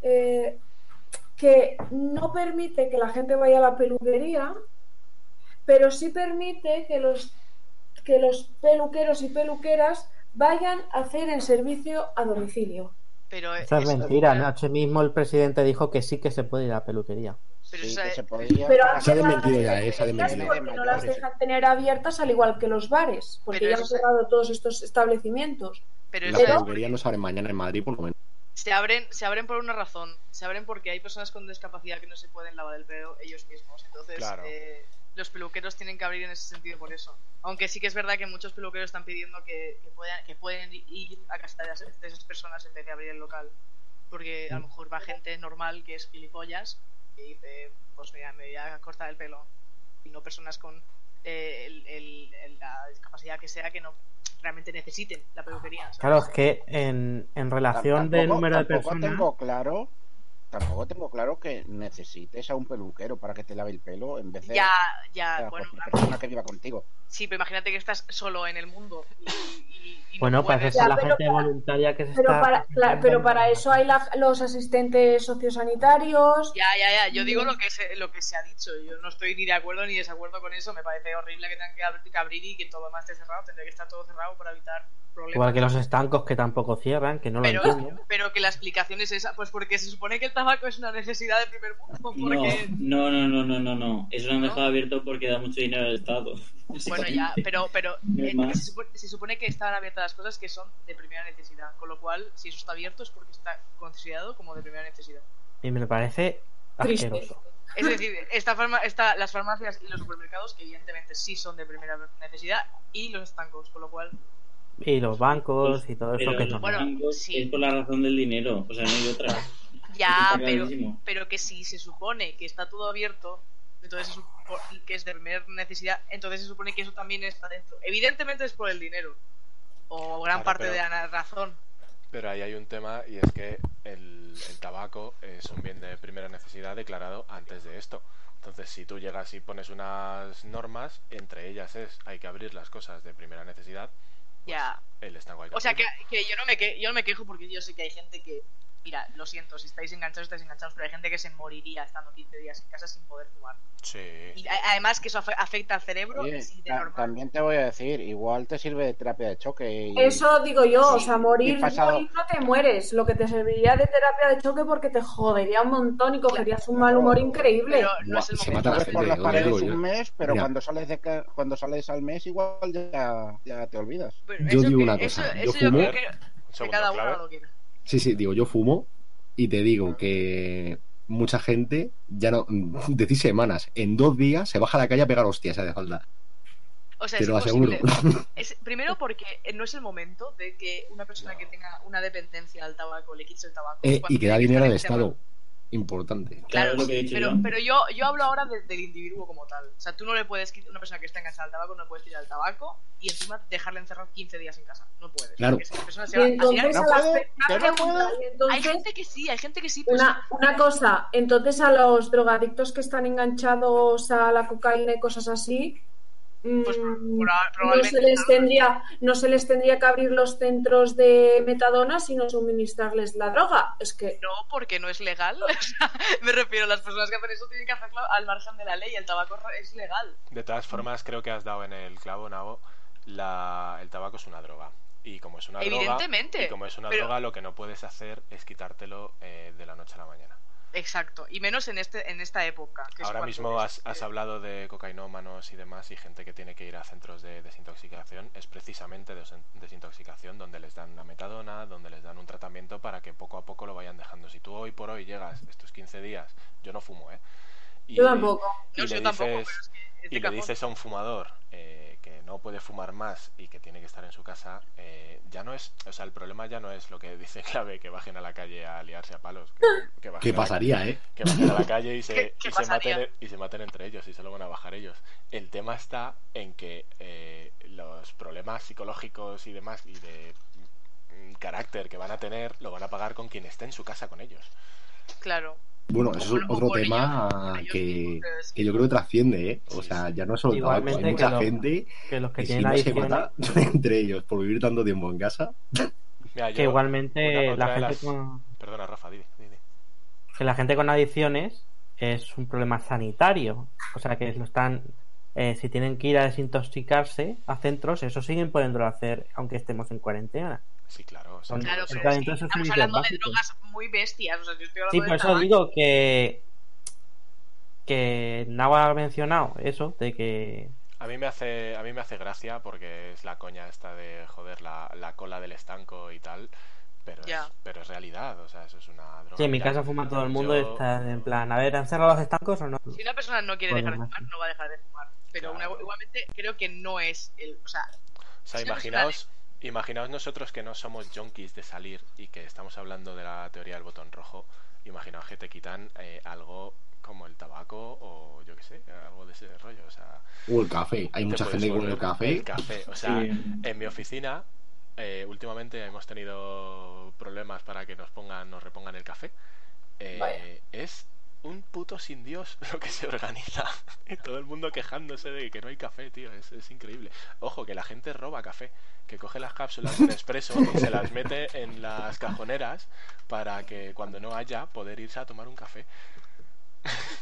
eh, que no permite que la gente vaya a la peluquería, pero sí permite que los, que los peluqueros y peluqueras vayan a hacer el servicio a domicilio. Pero Esa es eso- mentira. Anoche mismo el presidente dijo que sí que se puede ir a la peluquería. Pero Sí, eso que es- se podía. Pero para- han Se ha cerrado desmentido ya, las eh, se ha desmentido. peluquerías porque no las dejan tener abiertas al igual que los bares, porque Pero ya han eso- cerrado todos estos establecimientos. Pero Las eso es peluquerías no salen mañana en Madrid, por lo menos. Se abren, se abren por una razón. Se abren porque hay personas con discapacidad que no se pueden lavar el pelo ellos mismos. Entonces, Claro. eh, los peluqueros tienen que abrir en ese sentido por eso. Aunque sí que es verdad que muchos peluqueros están pidiendo que, que, puedan, que pueden ir a casa de las- de esas personas en vez de abrir el local. Porque a lo mejor va gente normal que es gilipollas y dice, pues mira, me voy a cortar el pelo. Y no personas con eh, el- el- el- la discapacidad que sea que no realmente necesiten la peluquería. ¿sabes? Claro, es que en, en relación Tampoco- de número de tampoco personas. Tengo claro, tampoco tengo claro que necesites a un peluquero para que te lave el pelo en vez de Ya, a ya, cualquier bueno, a persona que viva contigo. Sí, pero imagínate que estás solo en el mundo. y- y- y no Bueno, para puedes. eso está la pero gente para- voluntaria que se Pero está. para, la- pero para eso hay la- los asistentes sociosanitarios, Ya, ya, ya. Yo digo lo que, se, lo que se ha dicho. Yo no estoy ni de acuerdo ni desacuerdo con eso. Me parece horrible que tengan que abrir, que abrir y que todo más esté cerrado. Tendría que estar todo cerrado para evitar problemas. Igual que los estancos que tampoco cierran, que no lo pero, entiendo. pero que la explicación es esa. Pues porque se supone que el tabaco es una necesidad de primer mundo. Porque... No, no, no, no, no, no. Es una dejado abierto porque da mucho dinero al Estado. Bueno, ya, pero, pero No hay eh, más. se, supone, se supone que estaban abiertas las cosas que son de primera necesidad. Con lo cual, si eso está abierto es porque está considerado como de primera necesidad. Y me parece Triste. asqueroso. Es decir, esta farma, esta, las farmacias y los supermercados, que evidentemente sí son de primera necesidad, y los estancos, con lo cual. Y los bancos y todo eso Pero que es los normal. Bueno, bancos sí. es por la razón del dinero, o sea, no hay otra. Ya, Está pero, clarísimo. pero que si se supone que está todo abierto, entonces se supo- que es de primera necesidad, entonces se supone que eso también está dentro. Evidentemente es por el dinero, o gran Claro, parte pero- de la razón. Pero ahí hay un tema y es que el, el tabaco es un bien de primera necesidad declarado antes de esto. Entonces, si tú llegas y pones unas normas, entre ellas es hay que abrir las cosas de primera necesidad, Ya. el estanco hay que O sea, que, abrirlo. que yo, no me que, yo no me quejo porque yo sé que hay gente que. Mira, lo siento, si estáis enganchados, estáis enganchados, pero hay gente que se moriría estando 15 días en casa sin poder fumar. Sí. Y a- además que eso afe- afecta al cerebro, Oye, sí, de ta- normal. también te voy a decir, igual te sirve de terapia de choque. y- Eso digo yo, o sea, morir, Y pasado- morir no te mueres. Lo que te serviría de terapia de choque porque te jodería un montón y cogerías un mal Claro. humor increíble. Pero no es el se momento. mata Corres gente, por las os paredes digo yo. un mes, pero Mira. cuando sales de ca- cuando sales al mes igual ya, ya te olvidas. Pero Yo eso digo que- una eso- cosa, yo eso yo creo fumo- que Un que segundo, cada uno Clave. lo quiera. Sí, sí, digo, yo fumo y te digo que mucha gente, ya no, decís semanas, en dos días se baja a la calle a pegar hostias, si hace falta. O sea, Te es lo aseguro. imposible. Es- primero porque no es el momento de que una persona que tenga una dependencia al tabaco le quites el tabaco. Eh, Cuando y que da tiene dinero al estar encerrado. Estado. Importante. Claro, es lo que he sí, dicho pero, yo. pero yo, yo hablo ahora de- del individuo como tal. O sea, tú no le puedes quitar, una persona que está enganchada al tabaco, no le puedes tirar el tabaco y encima dejarle encerrado 15 días en casa. No puedes. Claro. porque si la persona se Y va- al entonces final- no a las puedo, personas que no puedo. preguntan, y entonces- hay gente que sí, hay gente que sí. Pues, Una, una cosa, entonces a los drogadictos que están enganchados a la cocaína y cosas así, mm, Pues, proba- no, probablemente se les no. tendría, no se les tendría que abrir los centros de metadona, sino suministrarles la droga. Es que No, porque no es legal. O sea, me refiero, las personas que hacen eso tienen que hacerlo al margen de la ley. El tabaco es legal. De todas formas, creo que has dado en el clavo, Nabo. La... El tabaco es una droga. Y como es una droga. Evidentemente, Y como es una pero- droga, lo que no puedes hacer es quitártelo eh, de la noche a la mañana. Exacto. Y menos en, este, en esta época. que es Ahora cuando mismo es- Eh. has, has hablado de cocainómanos y demás y gente que tiene que ir a centros de desintoxicación. Es precisamente des- desintoxicación donde les dan una metadona, donde les dan un tratamiento para que poco a poco lo vayan dejando. Si tú hoy por hoy llegas estos 15 días, yo no fumo, ¿eh? Y, yo tampoco. y No, le yo tampoco, pero dices- es que es de y le cajón. dices a un fumador eh, que no puede fumar más y que tiene que estar en su casa, eh, ya no es, o sea, el problema ya no es lo que dice Clave, que bajen a la calle a liarse a palos. Que, que bajen ¿Qué a la- pasaría, eh? que bajen a la calle y se, ¿Qué- qué y se pasaría? maten, e, y se maten entre ellos y se lo van a bajar ellos. El tema está en que eh, los problemas psicológicos y demás y de mm, carácter que van a tener lo van a pagar con quien esté en su casa con ellos. Claro. Bueno, O eso por- es o otro por tema ellos que, mismos, es que yo creo que trasciende, ¿eh? O Sí, sea, sí. ya no es solo el tabaco, Igualmente hay mucha que lo- gente Que los que que si tienen no se adicciones, mata entre ellos por vivir tanto tiempo en casa. Mira, yo- que igualmente una- otra la de gente las- con Perdona, Rafa, dime, dime. que la gente con adicciones es un problema sanitario. O sea que lo están eh, si tienen que ir a desintoxicarse a centros, eso siguen pudiendo hacer aunque estemos en cuarentena. Sí, claro. o sea, Son- todo Claro, eso- pero Claro, es que entonces estamos servicios hablando de básicos. drogas muy bestias. O sea, yo estoy hablando Sí, de por eso tabaco. digo que que Nava ha mencionado eso de que A mí me hace, a mí me hace gracia porque es la coña esta de joder la, la cola del estanco y tal, pero Ya. es, pero es realidad, o sea, eso es una droga. sí, en mi Mira, casa fuma todo el mundo y yo- está en plan, a ver, ¿han cerrado los estancos o no? Si una persona no quiere Joder, dejar de macho. fumar, no va a dejar de fumar. Pero Claro. una- igualmente creo que no es el. O sea, O sea, Sí, no es imaginaos, imaginaos nosotros que no somos junkies de salir y que estamos hablando de la teoría del botón rojo. Imaginaos que te quitan eh, algo como el tabaco o yo qué sé, algo de ese rollo. O sea, O el café, hay te mucha puedes gente con volver- el café. El café, o sea, Sí. en mi oficina eh, últimamente hemos tenido problemas para que nos pongan, nos repongan el café. Eh, Vaya. es un puto sin Dios lo que se organiza. Y todo el mundo quejándose de que no hay café, tío. Es, es increíble. Ojo, que la gente roba café. Que coge las cápsulas de expreso y se las mete en las cajoneras para que cuando no haya poder irse a tomar un café.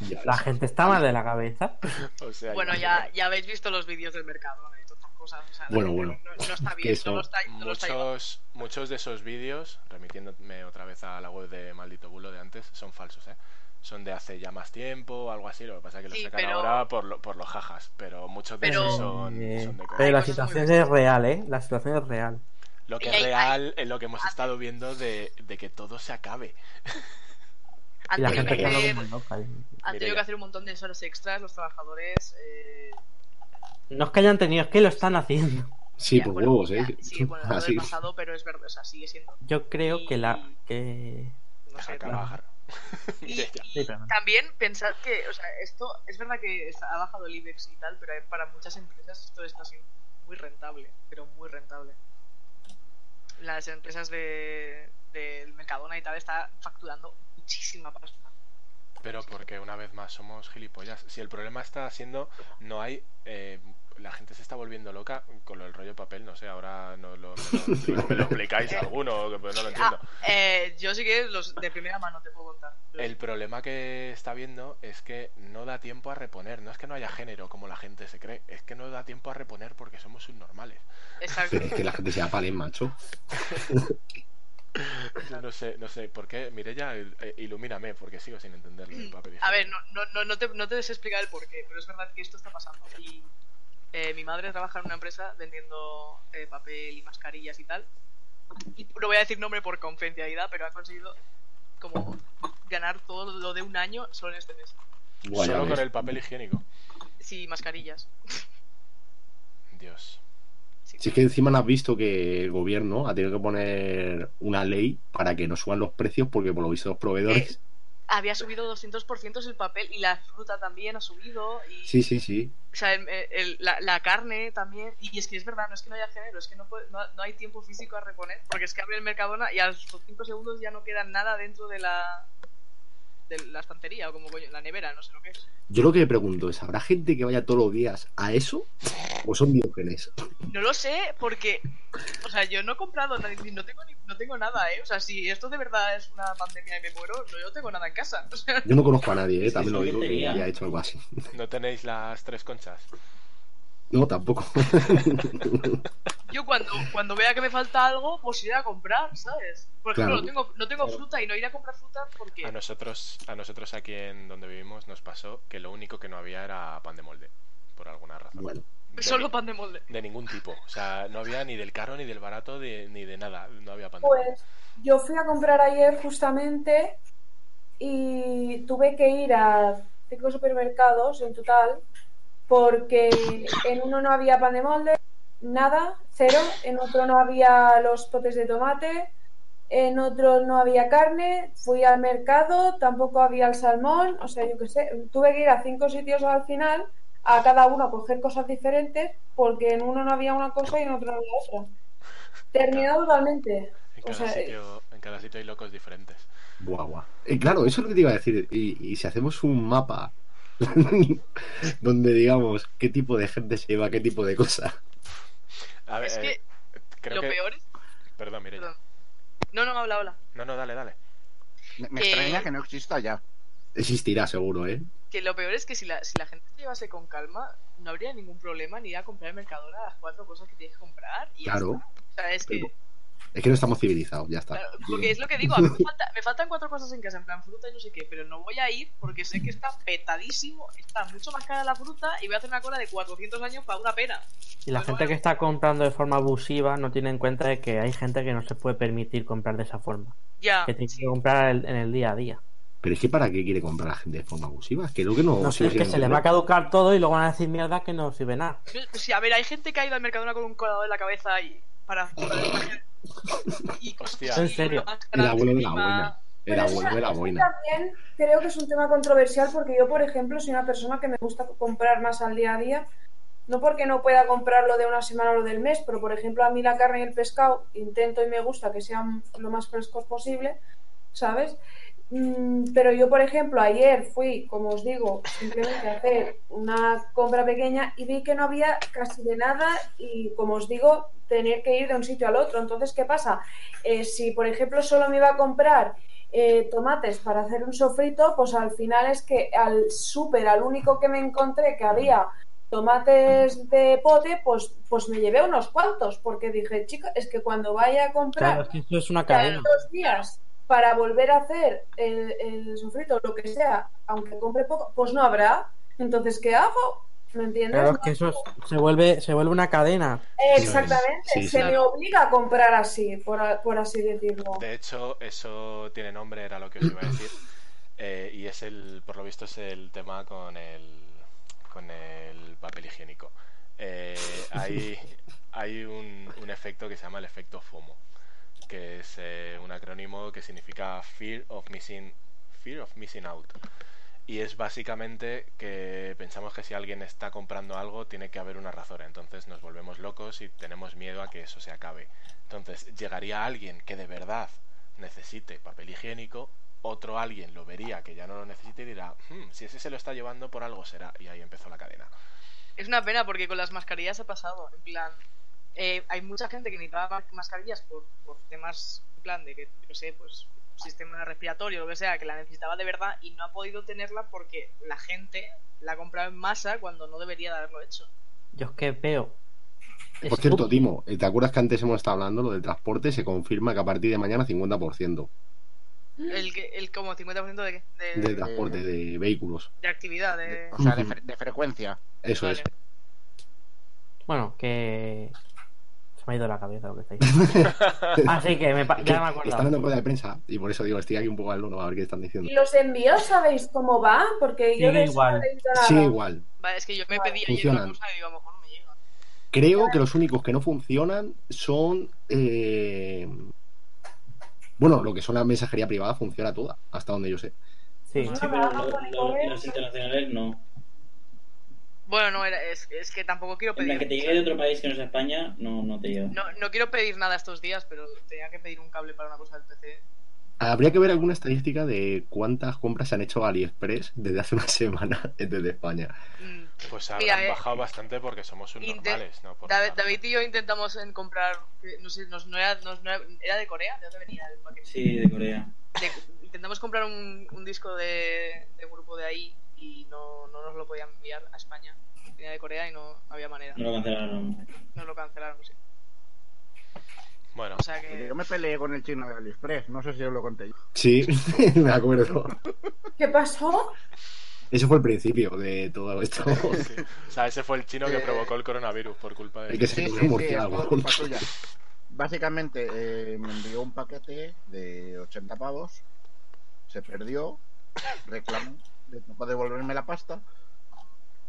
Ya La ves. gente está mal de la cabeza. O sea, bueno, imagínate. ya, ya habéis visto los vídeos del mercado, ¿no? de todas cosas. O sea, la Bueno, gente bueno. No, no está Que bien, eso- no lo está, no lo está llevando. Muchos, muchos de esos vídeos, remitiéndome otra vez a la web de Maldito Bulo de antes, son falsos, ¿eh? son de hace ya más tiempo, algo así. Lo que pasa es que Sí, los sacan pero- ahora por, lo- por los jajas, pero muchos de Pero- ellos son, Eh, son de comer. pero la Hay cosas muy situación es bestias. real, ¿eh? La situación es real. Lo que Y es hay- real es lo que hemos estado viendo de, de que todo se acabe. Y la Antes gente de está Mireia. hacer, como loca. han tenido Mireia. que hacer un montón de horas extras los trabajadores. Eh, No es que hayan tenido, es que lo están haciendo. Sí, ya, por bueno, huevos, ya, ¿eh? Sí, bueno, lo Así. del pasado, pero es verdad, o sea, sigue siendo. Yo creo que la. que No Deja sé, de tal. trabajar. Y, Ya, ya. y Sí, perdón. también pensad que, o sea, esto es verdad que está- ha bajado el IBEX y tal, pero para muchas empresas esto está siendo muy rentable, pero muy rentable. Las empresas de, del Mercadona y tal están facturando muchísima pasta. Pero porque una vez más somos gilipollas. Si el problema está siendo, no hay. eh, la gente se está volviendo loca con el rollo papel, no sé, ahora no lo, me, lo, me lo explicáis alguno, que pues no lo entiendo. Ah, eh, yo sí que los de primera mano te puedo contar. El problema que está viendo es que no da tiempo a reponer. No es que no haya género, como la gente se cree, es que no da tiempo a reponer porque somos subnormales. Exacto. Pero es que la gente se apale, macho. No sé, no sé, ¿por qué? Mirella, il- eh, ilumíname, porque sigo sin entenderlo del papel. Mm, A ver, no, no, no, no te, no te sé explicar el porqué, pero es verdad que esto está pasando. Y eh, mi madre trabaja en una empresa vendiendo eh, papel y mascarillas y tal. Y no voy a decir nombre por confidencialidad, pero ha conseguido como ganar todo lo de un año solo en este mes. Buah, ya Solo ves. con el papel higiénico. Sí, mascarillas. Dios. Sí. Si es que encima no has visto que el gobierno ha tenido que poner una ley para que no suban los precios porque por lo visto los ¿Eh? proveedores... Había subido 200% el papel y la fruta también ha subido. Y... Sí, sí, sí. O sea, el- el- la, la carne también. Y es que es verdad, no es que no haya género, es que no, puede- no, no hay tiempo físico a reponer. Porque es que abre el Mercadona y a los 5 segundos ya no queda nada dentro de la, de la estantería o como coño, la nevera, no sé lo que es. Yo lo que me pregunto es, ¿habrá gente que vaya todos los días a eso? ¿O son diógenes? No lo sé, porque. O sea, yo no he comprado, nada, ni- no tengo, ni- no tengo nada, ¿eh? O sea, si esto de verdad es una pandemia y me muero, no, yo no tengo nada en casa. O sea, Yo no conozco a nadie, ¿eh? Es que también es lo digo, que lotería. haya hecho algo así. ¿No tenéis las tres conchas? No, tampoco. yo cuando, cuando vea que me falta algo, pues iré a comprar, ¿sabes? Por ejemplo, Claro. no tengo, no tengo fruta y no iré a comprar fruta porque. A nosotros, a nosotros aquí en donde vivimos nos pasó que lo único que no había era pan de molde, por alguna razón. bueno, De Solo ni- pan de molde. De ningún tipo. O sea, no había ni del caro, ni del barato, de- ni de nada. No había pan de molde. Pues yo fui a comprar ayer justamente y tuve que ir a cinco supermercados en total porque en uno no había pan de molde, nada, cero, en otro no había los potes de tomate, en otro no había carne, fui al mercado, tampoco había el salmón, o sea, yo qué sé, tuve que ir a cinco sitios al final a cada uno a coger cosas diferentes porque en uno no había una cosa y en otro no había otra. Terminado totalmente. En o cada, sea, eh. sitio, en cada sitio hay locos diferentes. guau, guau. Eh, claro, eso es lo que te iba a decir. Y, y si hacemos un mapa donde digamos qué tipo de gente se lleva qué tipo de cosa. A ver, Es eh, que creo lo que... peor es. Perdón, Mireia. Perdón. No, no, habla, habla. No, no, dale, dale. Me, me Eh, extraña que no exista ya. Existirá seguro, ¿eh? Que lo peor es que si la, si la gente se llevase con calma, no habría ningún problema ni ir a comprar al Mercadona las cuatro cosas que tienes que comprar. Y ya Claro. está. O sea, es que. Pero- Es que no estamos civilizados, ya está. claro, porque es lo que digo, a mí me, falta- me faltan cuatro cosas en casa, en plan fruta y no sé qué, pero no voy a ir porque sé que está petadísimo, está mucho más cara la fruta y voy a hacer una cola de 400 años para una pera. Y la Pues gente bueno. que está comprando de forma abusiva no tiene en cuenta de que hay gente que no se puede permitir comprar de esa forma. Ya. Que tiene que comprar el- en el día a día. Pero es que ¿para qué quiere comprar la gente de forma abusiva? Es que lo que no... No sé, es que se le va a caducar todo y luego van a decir mierda que no sirve nada. Sí, a ver, hay gente que ha ido al Mercadona con un colador en la cabeza y. para. para- y Hostia. En serio. una máscara El abuelo de la encima. boina. El Pero abuelo eso- de la eso boina. También creo que es un tema controversial porque yo, por ejemplo, soy una persona que me gusta comprar más al día a día. No porque no pueda comprarlo de una semana o lo del mes, pero por ejemplo, a mí la carne y el pescado intento y me gusta que sean lo más frescos posible, ¿sabes? Mm, Pero yo, por ejemplo, ayer fui, como os digo, simplemente a hacer una compra pequeña y vi que no había casi de nada y, como os digo, tener que ir de un sitio al otro. Entonces, ¿qué pasa? Eh, si, por ejemplo, solo me iba a comprar eh, tomates para hacer un sofrito, pues al final es que al súper, al único que me encontré que había tomates de pote, pues, pues me llevé unos cuantos, porque dije, chica, es que cuando vaya a comprar Claro, es que eso es una cada cadena. dos días para volver a hacer el, el sofrito, lo que sea, aunque compre poco, pues no habrá. Entonces, ¿qué hago? ¿Me entiendes? Claro, es que eso es- se vuelve, se vuelve una cadena. Exactamente, Sí, sí. se me obliga a comprar así, por, a- por así decirlo. De hecho, eso tiene nombre, era lo que os iba a decir. Eh, y es el, por lo visto, es el tema con el, con el papel higiénico. Eh, hay hay un, un efecto que se llama el efecto FOMO, que es eh, un acrónimo que significa Fear of Missing, Fear of Missing Out. Y es básicamente que pensamos que si alguien está comprando algo tiene que haber una razón, entonces nos volvemos locos y tenemos miedo a que eso se acabe. Entonces, llegaría alguien que de verdad necesite papel higiénico, otro alguien lo vería que ya no lo necesite y dirá, "Hmm, si ese se lo está llevando por algo será. Y ahí empezó la cadena. Es una pena porque con las mascarillas ha pasado. En plan, eh, hay mucha gente que necesitaba ma- mascarillas por, por temas, en plan, de que, yo qué sé, pues sistema respiratorio, lo que sea, que la necesitaba de verdad y no ha podido tenerla porque la gente la ha comprado en masa cuando no debería de haberlo hecho. Yo es que veo. Por cierto, Timo, eh, ¿te acuerdas que antes hemos estado hablando lo del transporte? Se confirma que a partir de mañana 50% El, que- el como 50% de, de, de transporte de vehículos. de actividad. De... O sea, de, fre- de frecuencia. Eso Vale. Bueno, que. Se me ha ido la cabeza lo que estáis Así que me pa- es. ya me he Están dando acordado. rueda de prensa y por eso digo, estoy aquí un poco al loro a ver qué están diciendo. ¿Y los envíos sabéis cómo va? Porque yo Sigue de eso igual. no he leído nada. Sí, igual. Vale, es que yo me Vale. pedí ayer una Funcionan. cosa y digo, a lo mejor no me llega. Creo que los únicos que no funcionan son. eh, Bueno, lo que son la mensajería privada funciona toda, hasta donde yo sé. Sí. Sí, pero lo- lo- los internacionales no. Bueno, no, era, es, es que tampoco quiero En pedir. plan que te llegue de otro país que no sea España, no, no te llega. No, no quiero pedir nada estos días, pero tenía que pedir un cable para una cosa del PC. Habría que ver alguna estadística de cuántas compras se han hecho a AliExpress desde hace una semana desde España. Mm, Pues Mira, habrán eh, bajado bastante porque somos un Inter- normales, ¿no? Por David, nada. David y yo intentamos en comprar, eh, no sé, nos- no era, nos- no era, era de Corea, ¿de dónde venía el paquete? Sí, de Corea. De- intentamos comprar un, un disco de, de un grupo de ahí y no, no nos lo podían enviar a España. Venía de Corea y no, no había manera. No lo cancelaron. Nos lo cancelaron, sí. Bueno, O sea que... Yo me peleé con el chino de AliExpress, no sé si os lo conté. Sí, me acuerdo. ¿Qué pasó? Eso fue el principio de todo esto. sí. o sea, ese fue el chino que provocó el coronavirus por culpa de... Eh, Hay que Sí, ser sí, un sí, es murciélago. todo culpa tuya. Básicamente eh, me envió un paquete de 80 pavos, se perdió, reclamó, le tocó devolverme la pasta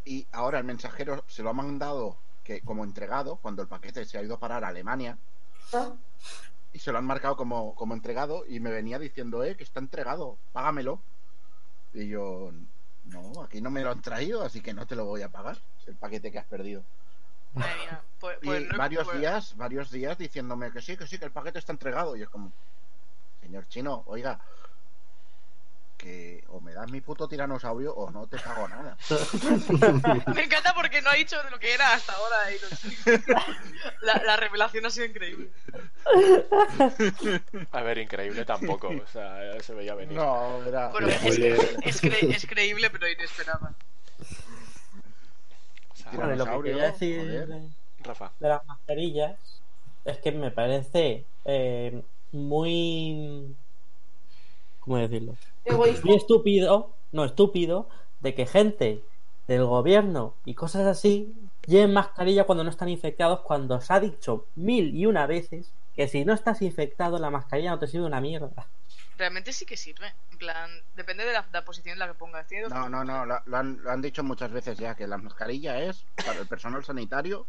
y ahora el mensajero se lo ha mandado que como entregado cuando el paquete se ha ido a parar a Alemania Ah, y se lo han marcado como, como entregado y me venía diciendo, eh, que está entregado, págamelo. Y yo, no, aquí no me lo han traído, así que no te lo voy a pagar, es el paquete que has perdido. madre mía, pues- Y pues no- varios pues- días, varios días diciéndome que sí, que sí, que el paquete está entregado. Y es como, señor chino, oiga, que o me das mi puto tiranosaurio o no te pago nada. Me encanta porque no ha dicho de lo que era hasta ahora. y no- la, la revelación ha sido increíble. A ver, increíble tampoco, o sea, se veía venir. No, era... Bueno, El es, spoiler. es cre- es creíble, pero inesperada. O sea, Bueno, y lo que Dinosaurio, quería decir joder. de, Rafa, de las mascarillas es que me parece eh, muy. ¿Cómo decirlo? egoísta. Muy estúpido, no estúpido, de que gente del gobierno y cosas así lleven mascarilla cuando no están infectados, cuando se ha dicho mil y una veces que si no estás infectado la mascarilla no te sirve una mierda. Realmente sí que sirve. En plan, depende de la, la posición en la que pongas. Tiene dos No, no, no, lo, lo han, lo han dicho muchas veces ya, que la mascarilla es para el personal sanitario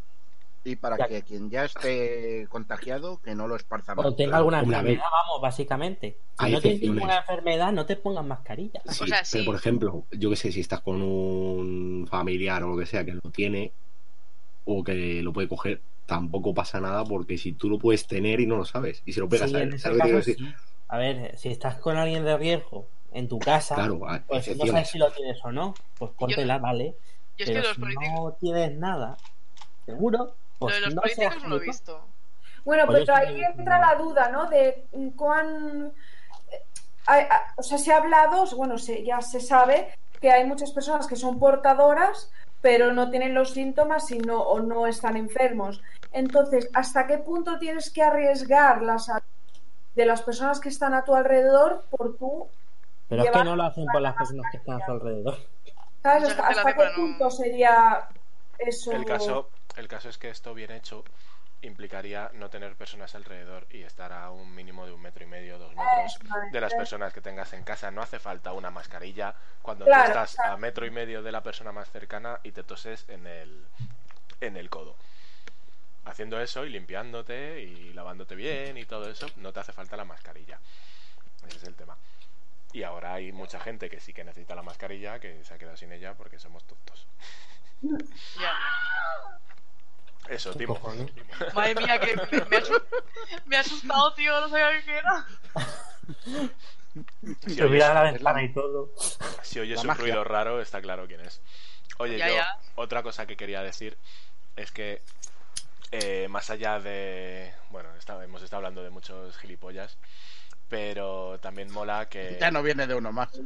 y para Ya. que quien ya esté contagiado, que no lo esparza más. O tenga alguna Hombre, a ver. enfermedad, vamos, básicamente. Si Hay no tienes excepciones. ninguna enfermedad, no te pongas mascarilla. Sí, O sea, sí. Pero por ejemplo, yo que sé, si estás con un familiar o lo que sea que lo tiene o que lo puede coger, tampoco pasa nada porque si tú lo puedes tener y no lo sabes y se lo pegas Sí, a en él, ese ¿sabes lo que quiero caso, decir? sí. A ver, si estás con alguien de riesgo en tu casa, Claro, pues hay no sabes excepciones. si lo tienes o no, pues póntela, vale. Yo es Pero que los si políticos, no tienes nada, seguro, pues lo de los no políticos seas no lo he gilipollas. visto. Bueno, Oye, pero sí, ahí no. entra la duda, ¿no? De cuán... eh, hay- a- o sea, se ha hablado, bueno, se, ya se sabe que hay muchas personas que son portadoras, pero no tienen los síntomas y no, o no están enfermos. Entonces, ¿hasta qué punto tienes que arriesgar la salud de las personas que están a tu alrededor por tú. Pero es que llevar- no lo hacen por las personas que están a su alrededor. ¿Sabes? Hasta, Mucha gente hasta lo hace qué para no- punto sería eso. El caso, el caso es que esto bien hecho implicaría no tener personas alrededor y estar a un mínimo de un metro y medio, dos metros de las personas que tengas en casa. No hace falta una mascarilla cuando tú Claro, estás claro. a metro y medio de la persona más cercana y te toses en el, en el codo. Haciendo eso y limpiándote y lavándote bien y todo eso, no te hace falta la mascarilla. Ese es el tema. Y ahora hay mucha gente que sí que necesita la mascarilla, que se ha quedado sin ella porque somos tontos. Ya. Eso, ¿Qué Timo. cojones? Madre mía, que me, me ha asu- me ha asustado, tío, no sabía qué era. Si Te miran a la es la- ventana y todo. Si oyes La un magia. ruido raro, está claro quién es. Oye, Ya, yo, ya. otra cosa que quería decir es que eh, más allá de. Bueno, está- hemos estado hablando de muchos gilipollas, pero también mola que. Ya no viene de uno más.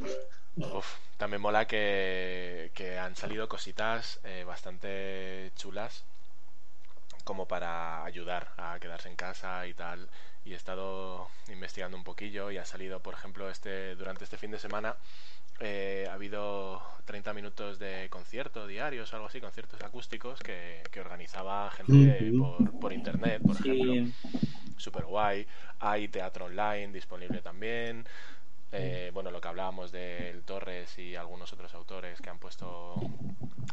Uf, también mola que, que han salido cositas eh, bastante chulas como para ayudar a quedarse en casa y tal. Y he estado investigando un poquillo y ha salido, por ejemplo, este durante este fin de semana eh, ha habido 30 minutos de concierto diarios o algo así, conciertos acústicos que, que organizaba gente Ujú. por, por internet, por ejemplo Sí, super guay. Hay teatro online disponible también. Eh, bueno, lo que hablábamos del Torres y algunos otros autores que han puesto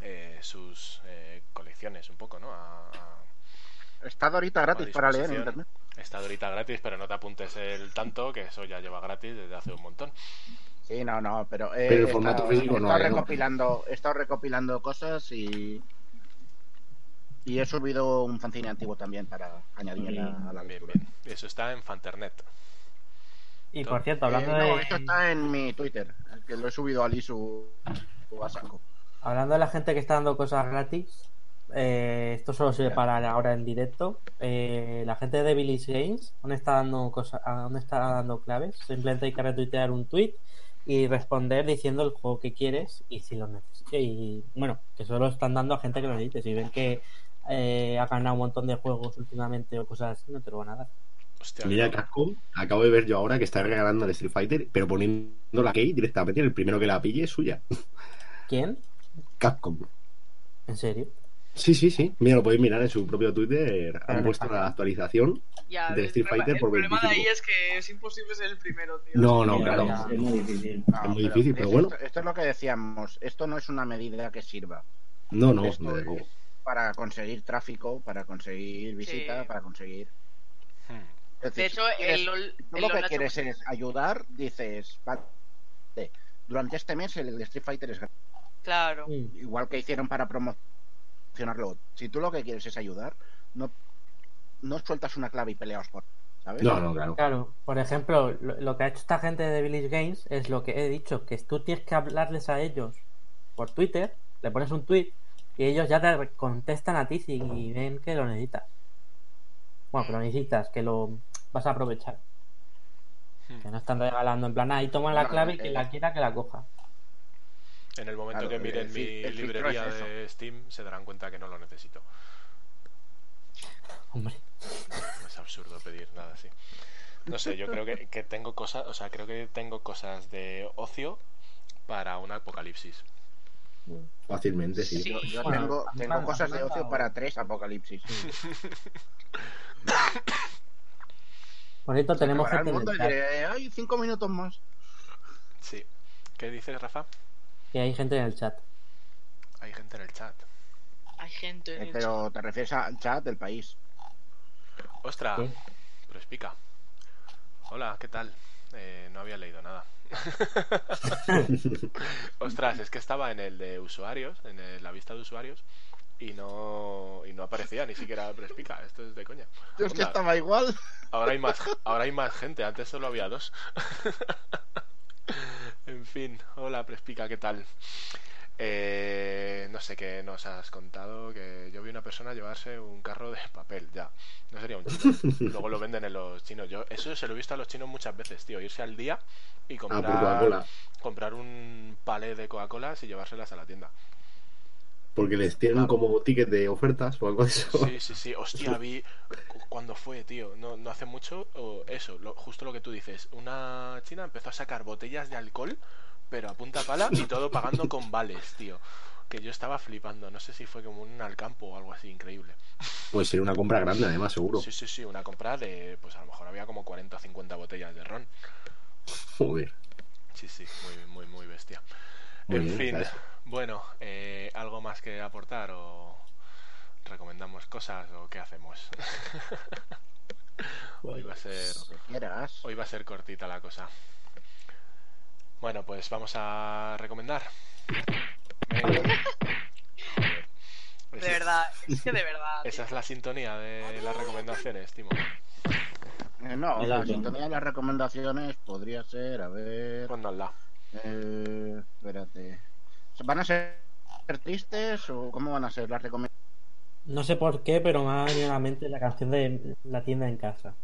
eh, sus eh, colecciones un poco, ¿no? A, a- Está ahorita a gratis para leer en disposición. internet. Está ahorita gratis, pero no te apuntes el tanto, que eso ya lleva gratis desde hace un montón. Sí, no, no, pero. eh, Pero el he formato estado- físico he no estado hay, ¿no? recopilando, He estado recopilando cosas y. Y he subido un fanzine antiguo también para añadir a la, a la Bien, lectura. bien. Eso está en Fanternet. Y por cierto, Eh, hablando no, de. esto está en mi Twitter, que lo he subido al ISU a saco. Hablando de la gente que está dando cosas gratis, eh, esto solo sirve para ahora en directo. eh, la gente de Billy's Games aún está dando cosas, aún está dando claves. Simplemente hay que retuitear un tweet y responder diciendo el juego que quieres y si lo necesitas. Y bueno, que solo están dando a gente que lo necesite. Si ven que eh, ha ganado un montón de juegos últimamente o cosas así, no te lo van a dar. Hostia, Mira, no. Capcom, acabo de ver yo ahora que está regalando el Street Fighter, pero poniendo la key directamente, el primero que la pille es suya. ¿Quién? Capcom. ¿En serio? Sí, sí, sí. Mira, lo podéis mirar en su propio Twitter. Pero Han no puesto está. la actualización. Ya, De el Street problema- Fighter por El problema de ahí 25. es que es imposible ser el primero, tío. No, Eh, no, ya, claro. ya, Es muy difícil. No, Es muy difícil, pero es- bueno. Esto, esto es lo que decíamos, esto no es una medida que sirva No, no, Esto no, es- no. para conseguir tráfico, para conseguir visitas, Sí. para conseguir... Hmm. es decir, De hecho, si quieres- el LOL. tú el lo LOL que ha hecho quieres mucho- es ayudar, dices, vale, durante este mes el Street Fighter es gratis", Claro. Mm. igual que hicieron para promocionarlo. Si tú lo que quieres es ayudar, no, no sueltas una clave y peleaos por... ¿sabes? No, no, claro. Claro, por ejemplo, lo, lo que ha hecho esta gente de Village Games es lo que he dicho, que tú tienes que hablarles a ellos por Twitter, le pones un tweet y ellos ya te re- contestan a ti si y ven que lo necesitas. Bueno, que lo necesitas, que lo vas a aprovechar. Que no están regalando, en plan, ahí toman la Bueno, clave y eh, quien la quiera que la coja. En el momento Claro, que el miren mi fi- el filtro librería es eso. de Steam, se darán cuenta que no lo necesito. Hombre, Es absurdo pedir nada así. No sé, yo creo que, que tengo cosas, o sea, creo que tengo cosas de ocio para un apocalipsis. Fácilmente, sí. Sí. Yo, yo Bueno, tengo, han tengo mandado- cosas han de ocio mandado- para tres apocalipsis. por cierto, tenemos Acabará gente el en mundo el y chat, diré, "Ay, cinco minutos más. Sí. ¿Qué dices, Rafa? que hay gente en el chat. Hay gente en el chat. Hay gente en Eh, el chat. Pero te refieres al chat del país. ¡Ostras! ¿Qué? Pero explica. Hola, ¿qué tal? Eh, no había leído nada. Ostras, es que estaba en el de usuarios, en el- la vista de usuarios, y no, y no aparecía ni siquiera Prespica. Esto es de coña. Yo es que Onda, estaba igual. Ahora hay más, ahora hay más gente, antes solo había dos. en fin, hola Prespica, ¿qué tal? Eh, no sé qué nos has contado, que yo vi una persona llevarse un carro de papel, ya. No sería un chino. Luego lo venden en los chinos. Yo eso se lo he visto a los chinos muchas veces, tío, irse al día y Ah, por comprar Coca-Cola. comprar un palé de Coca-Colas y llevárselas a la tienda. Porque les tienen como ticket de ofertas o algo de eso. Sí, sí, sí. Hostia, vi cu- cuando fue, tío. No, no hace mucho. o eso, lo- justo lo que tú dices. Una china empezó a sacar botellas de alcohol, pero a punta pala y todo pagando con vales, tío. Que yo estaba flipando. No sé si fue como un alcampo o algo así increíble. Pues sería una compra grande, además, seguro. Sí, sí, sí. Una compra de. Pues a lo mejor había como 40 o 50 botellas de ron. Joder. Sí, sí. Muy, muy, muy bestia. Muy en bien, fin. ¿sabes? Bueno, eh, ¿algo más que aportar o recomendamos cosas o qué hacemos? Hoy va a ser Pues Lo que quieras. Hoy va a ser cortita la cosa. Bueno, pues vamos a recomendar. Venga. Joder. De Esa- verdad, es que de verdad. tío. Esa es la sintonía de las recomendaciones, Timo. Eh, no, Exacto. la sintonía de las recomendaciones podría ser, a ver. Pónnosla. Eh, espérate. ¿Van a ser tristes o cómo van a ser las recomendaciones? No sé por qué, pero me ha venido a la mente la canción de La tienda en casa.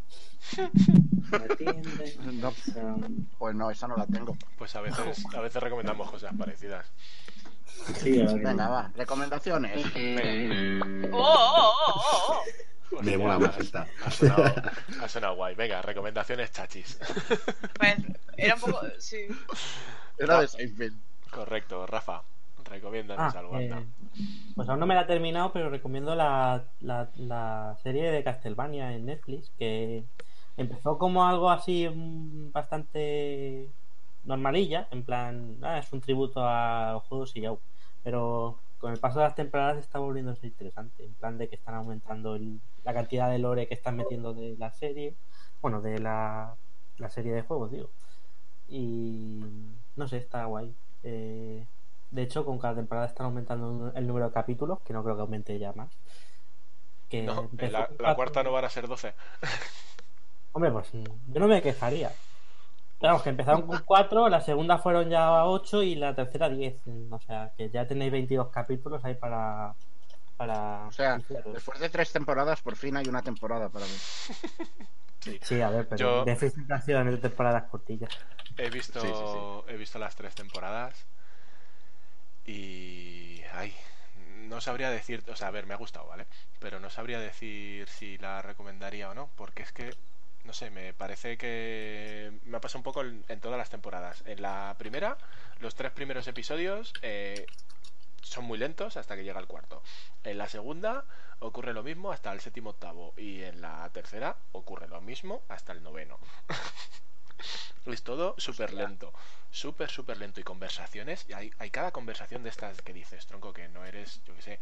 La tienda en No, casa. pues no, esa no la tengo. Pues a veces, a veces recomendamos cosas parecidas. Sí, la verdad que Venga, no. va, recomendaciones. Oh, oh, oh, oh, oh. Me Hostia, mola más Pues ha- esta. Ha sonado, ha sonado guay. Venga, recomendaciones chachis. Pues, era un poco. Sí. Era de Seinfeld. Correcto, Rafa. Recomiéndanos algo. eh, anda. pues aún no me la he terminado, pero recomiendo la, la, la serie de Castlevania en Netflix, que empezó como algo así mm, bastante normalilla, en plan, ah, es un tributo a los juegos y ya, pero con el paso de las temporadas está volviéndose interesante, en plan de que están aumentando el- la cantidad de lore que están metiendo de la serie, bueno, de la, la serie de juegos, digo. Y no sé, está guay. Eh, de hecho, con cada temporada están aumentando un- el número de capítulos, que no creo que aumente ya más. Que No, empezó en la, con la eh, cuatro- cuarta no van a ser 12. Hombre, pues yo no me quejaría. Claro, que empezaron con 4, la segunda fueron ya 8 y la tercera 10. O sea, que ya tenéis 22 capítulos ahí para. para... O sea, iniciaros. después de tres temporadas, por fin hay una temporada para ver. Sí, a ver, Yo- pero. de Netflix siempre ha sido de temporadas cortillas. He visto, Sí, sí, sí. he visto las tres temporadas y, ay, no sabría decir, o sea, a ver, me ha gustado, ¿vale? Pero no sabría decir si la recomendaría o no, porque es que, no sé, me parece que me ha pasado un poco en, en todas las temporadas. En la primera, los tres primeros episodios eh, son muy lentos hasta que llega el cuarto. En la segunda ocurre lo mismo hasta el séptimo octavo y en la tercera ocurre lo mismo hasta el noveno. Es todo súper lento. Súper, súper lento. Y conversaciones. Y hay, hay cada conversación de estas que dices, tronco, que no eres, yo qué sé.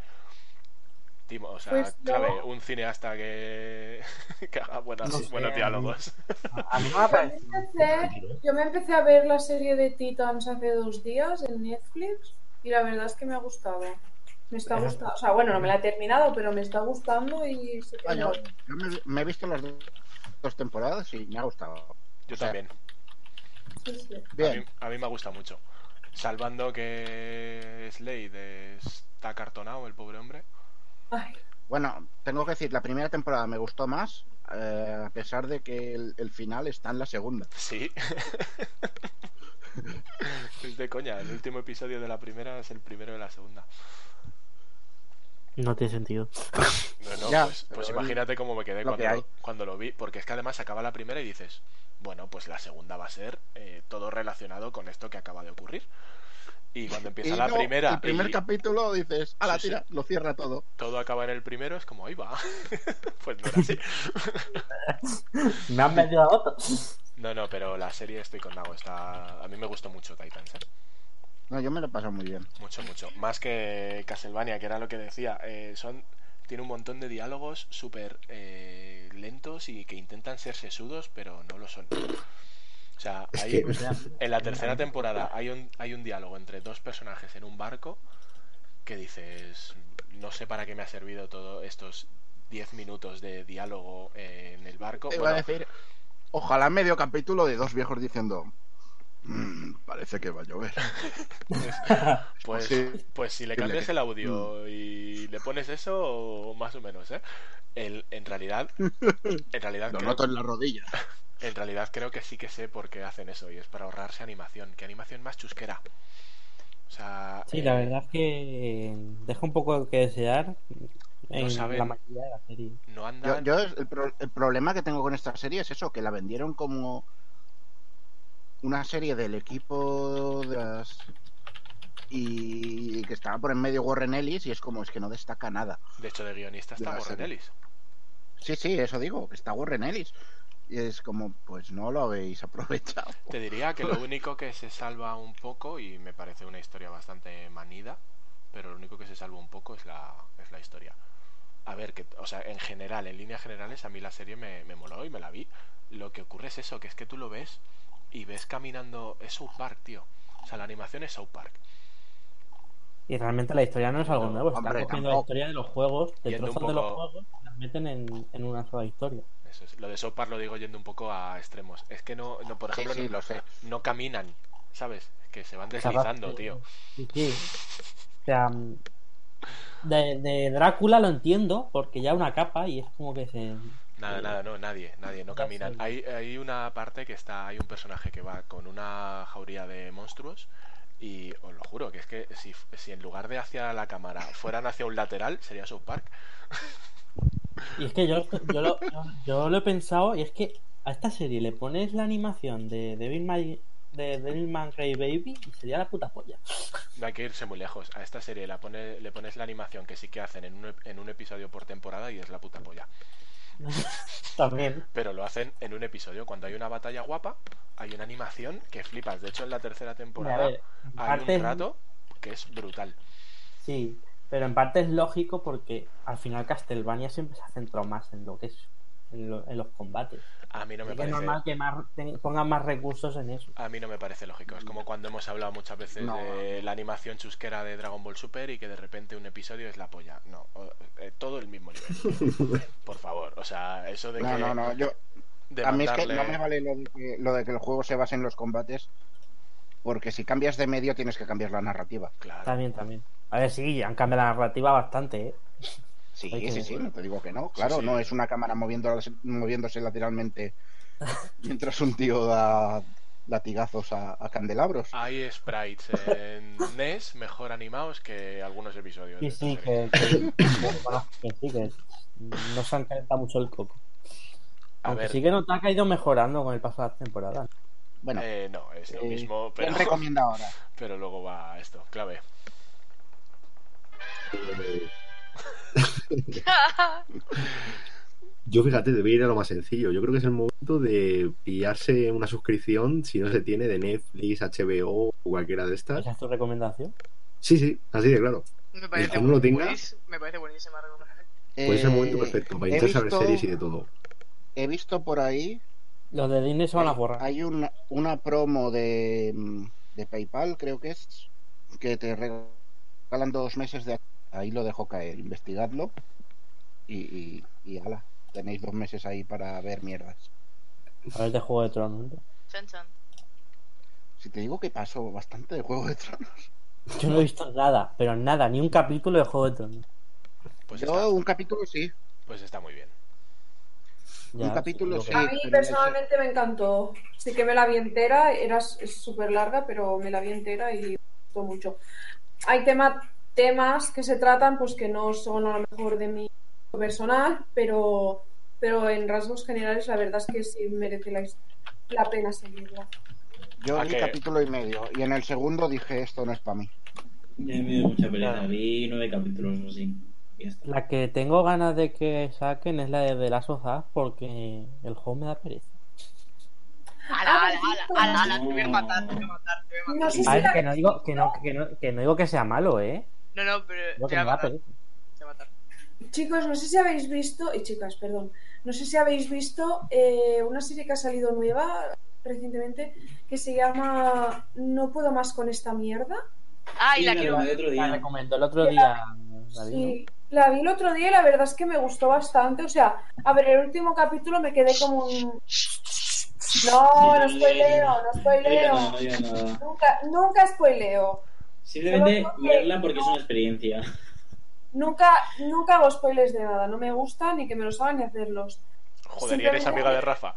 Timo, o sea, Pues no. clave, un cineasta que, que haga buenas- No sé, buenos a mí- diálogos. A mí me ha parecido- Empecé- yo me empecé a ver la serie de Titans hace dos días en Netflix y la verdad es que me ha gustado. Me está gustando. O sea, bueno, no me la he terminado, pero me está gustando y sí que Ah, me yo gusta. yo me, me he visto las do- dos temporadas y me ha gustado. Yo O sea, también. Sí, sí. A mí, Bien, a mí me gusta mucho. Salvando que Slade está cartonado, el pobre hombre. Ay, bueno, tengo que decir, la primera temporada me gustó más, eh, a pesar de que el, el final está en la segunda. Sí. es de coña. El último episodio de la primera es el primero de la segunda. No tiene sentido. No, no, Ya, pues, pues pero imagínate cómo me quedé lo cuando, que lo- hay. cuando lo vi, porque es que además acaba la primera y dices, bueno, pues la segunda va a ser eh, todo relacionado con esto que acaba de ocurrir. Y cuando empieza la no, primera El primer y capítulo dices, a la Sí, sí. tira, lo cierra todo. todo acaba en el primero, es como, ahí va. pues no era así. Me han vendido a otro. No, no, pero la serie estoy con Nago. Está... A mí me gustó mucho Titans, ¿eh? No, yo me lo he pasado muy bien. Mucho, mucho. Más que Castlevania, que era lo que decía. eh, son Tiene un montón de diálogos súper eh, lentos y que intentan ser sesudos, pero no lo son. O sea, Es hay- que- en la tercera temporada hay un, hay un diálogo entre dos personajes en un barco que dices, no sé para qué me ha servido todo estos 10 minutos de diálogo eh, en el barco. Te iba Bueno, a decir, ojalá medio capítulo de dos viejos diciendo, "Mm, parece que va a llover. Pues, Sí. Mm. pues si le Sí, le cambias que- el audio y le pones eso, más o menos, ¿eh? El- en realidad, en realidad, Lo creo, noto en la rodilla. en realidad creo que sí que sé por qué hacen eso y es para ahorrarse animación. ¿Qué animación más chusquera? O sea, Sí, eh, la verdad es que deja un poco que desear en saben. la mayoría de la serie. no Yo, andan. yo el, pro- el problema que tengo con esta serie es eso, que la vendieron como una serie del equipo de las... Y que estaba por en medio Warren Ellis y es como, es que no destaca nada. De hecho, de guionista está Ya, Warren sí. Ellis. Sí, sí, eso digo, que está Warren Ellis. Y es como, pues no lo habéis aprovechado. Te diría que lo único que se salva un poco, y me parece una historia bastante manida, pero lo único que se salva un poco es la, es la historia. A ver, que, o sea, en general, en líneas generales, a mí la serie me, me moló y me la vi. Lo que ocurre es eso, que es que tú lo ves y ves caminando. Es South Park, tío. O sea, la animación es South Park. Y realmente la historia no es algo No, nuevo, están hombre, cogiendo la tampoco. historia de los juegos, de Yendo un trozos de los poco- juegos, y las meten en, en una sola historia. Eso es. Lo de South Park lo digo yendo un poco a extremos. Es que no, no por Sí, ejemplo, sí, no, lo sé. no caminan, ¿sabes? Es que se van Capaz deslizando, que- tío. Sí, sí. O sea, mm, de, de Drácula lo entiendo, porque ya una capa y es como que se... Eh, Nada, nada, no, nadie, nadie, no Ya caminan. sé. Hay, hay una parte que está, hay un personaje que va con una jauría de monstruos y os lo juro, que es que si, si en lugar de hacia la cámara fueran hacia un lateral, sería South Park. Y es que yo, yo, lo, yo, yo lo he pensado y es que a esta serie le pones la animación de Devil May, de Devilman Cry Baby y sería la puta polla. No hay que irse muy lejos. A esta serie la pone, le pones la animación que sí que hacen en un, ep- en un episodio por temporada y es la puta polla. También. Pero lo hacen en un episodio. Cuando hay una batalla guapa, hay una animación que flipas. De hecho, en la tercera A temporada ver, en hay parte un es- rato que es brutal. Sí, pero en parte es lógico porque al final Castlevania siempre se ha centrado más en lo que es en, lo- en los combates. A mí no me Así que es parece... normal que más, ten- pongan más recursos en eso. A mí no me parece lógico. Es como cuando hemos hablado muchas veces No. de la animación chusquera de Dragon Ball Super y que de repente un episodio es la polla. No, o- eh, todo el mismo nivel. Por favor, o sea, eso de No, que. no, no, yo, de a mí es que mandarle- no me vale lo de que, lo de que el juego se base en los combates, porque si cambias de medio tienes que cambiar la narrativa. Claro. También, también. A ver, sí, han cambiado la narrativa bastante, ¿eh? Sí, Hay que- sí, sí, no te digo que no. Claro, sí. no es una cámara moviéndose, moviéndose lateralmente mientras un tío da latigazos a, a candelabros. Hay sprites en NES mejor animados que algunos episodios. de Sí, esta sí, serie. que, que- que reconozco que sí, que no se han calentado mucho el coco. A Aunque ver, sí que no te ha ido mejorando con el paso de las temporadas. Bueno, eh, no, es lo eh, mismo, ¿quién pero, recomienda ahora? pero luego va esto, clave. Yo fíjate, debería ir a lo más sencillo. Yo creo que es el momento de pillarse una suscripción, si no se tiene, de Netflix, HBO o cualquiera de estas. ¿Esa es tu recomendación? Sí, sí, así de claro. Me parece, que no lo tenga. buenís- me parece buenísima recomendación. Pues es el momento Eh, perfecto para he intentar saber visto- series y de todo. He visto por ahí, Los de Disney se van a borrar. Eh, hay una, una promo de, mm, de PayPal, creo que es, que te regalan dos meses de... Ahí lo dejo caer, investigadlo y, y, y ala, tenéis dos meses ahí para ver mierdas. A ver, de Juego de Tronos. ¿no? Chan Chan. Si te digo que paso bastante de Juego de Tronos. Yo no he visto nada, pero nada, ni un capítulo de Juego de Tronos. Pues, Yo está, un capítulo sí, pues está muy bien. Ya, capítulo sí, sí. lo A que- mí pero personalmente me encantó. Sí que me la vi entera, era s- es súper larga, pero me la vi entera y me gustó mucho. Hay tema, temas que se tratan pues que no son a lo mejor de mi gusto personal, pero, pero en rasgos generales la verdad es que sí merece la, his- la pena seguirla. yo ¿A vi qué? capítulo y medio y en el segundo dije esto no es para mí. Ya me dio mucha pereza. Claro. Vi nueve capítulos o así. Y ya está. La que tengo ganas de que saquen es la de The Last of Us porque el juego me da pereza. Ala, ala, ala, ala, ala, te voy a matar, te voy a matar, te voy a No matar. sé A si ver, la- que no digo que no, que no, que no digo que sea malo, ¿eh? No, no, pero Digo que te voy me a da matar, pereza. te voy a matar. Chicos, no sé si habéis visto, y chicas, perdón, no sé si habéis visto eh, una serie que ha salido nueva recientemente que se llama No puedo más con esta mierda. Ay, Sí, la la quiero verdad. ver. otro día. La recomendó el otro día. David, ¿no? Sí, la vi el otro día y la verdad es que me gustó bastante. O sea, a ver, el último capítulo me quedé como un... No, no spoileo, No digas no nada, no spoileo. digas nada. Nunca, nunca spoileo. Simplemente Solo porque- verla porque es una experiencia. Nunca, nunca hago spoilers de nada. No me gusta ni que me los hagan ni hacerlos. Joder, ¿y eres Simplemente- amiga de Rafa?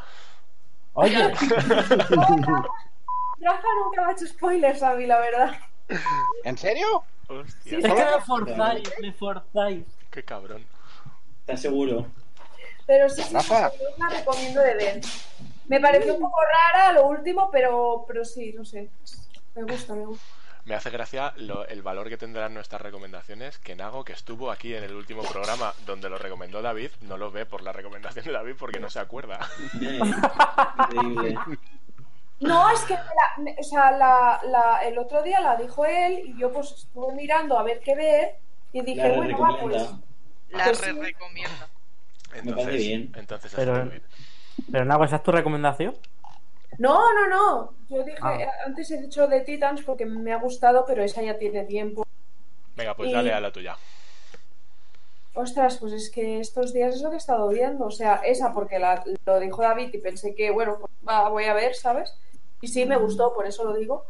Oye, Rafa nunca me ha hecho spoilers a mí, la verdad. ¿En serio? Hostia, Es que me forzáis, me forzáis. qué cabrón. ¿Estás seguro? Pero sí, sí, Rafa. yo la recomiendo de ver. Me pareció un poco rara lo último, pero, pero sí, no sé. Me gusta, me gusta. Me hace gracia lo- el valor que tendrán nuestras recomendaciones. Que Nago, que estuvo aquí en el último programa donde lo recomendó David, no lo ve por la recomendación de David porque no se acuerda. Eh, Increíble. No, es que la- me- o sea, la- la- el otro día la dijo él y yo pues estuve mirando a ver qué ver y dije, Claro, bueno, va, pues recomienda. La Pues sí. re recomienda. Me parece Entonces, bien. entonces Pero- así David. Pero Nago, ¿esa es tu recomendación? No, no, no. Yo dije, Ah. antes he dicho de Titans porque me ha gustado, pero esa ya tiene tiempo. Venga, pues Y- dale a la tuya. Ostras, pues es que estos días es lo que he estado viendo. O sea, esa porque la- lo dijo David y pensé que, bueno, pues va, voy a ver, ¿sabes? Y sí, me gustó, por eso lo digo.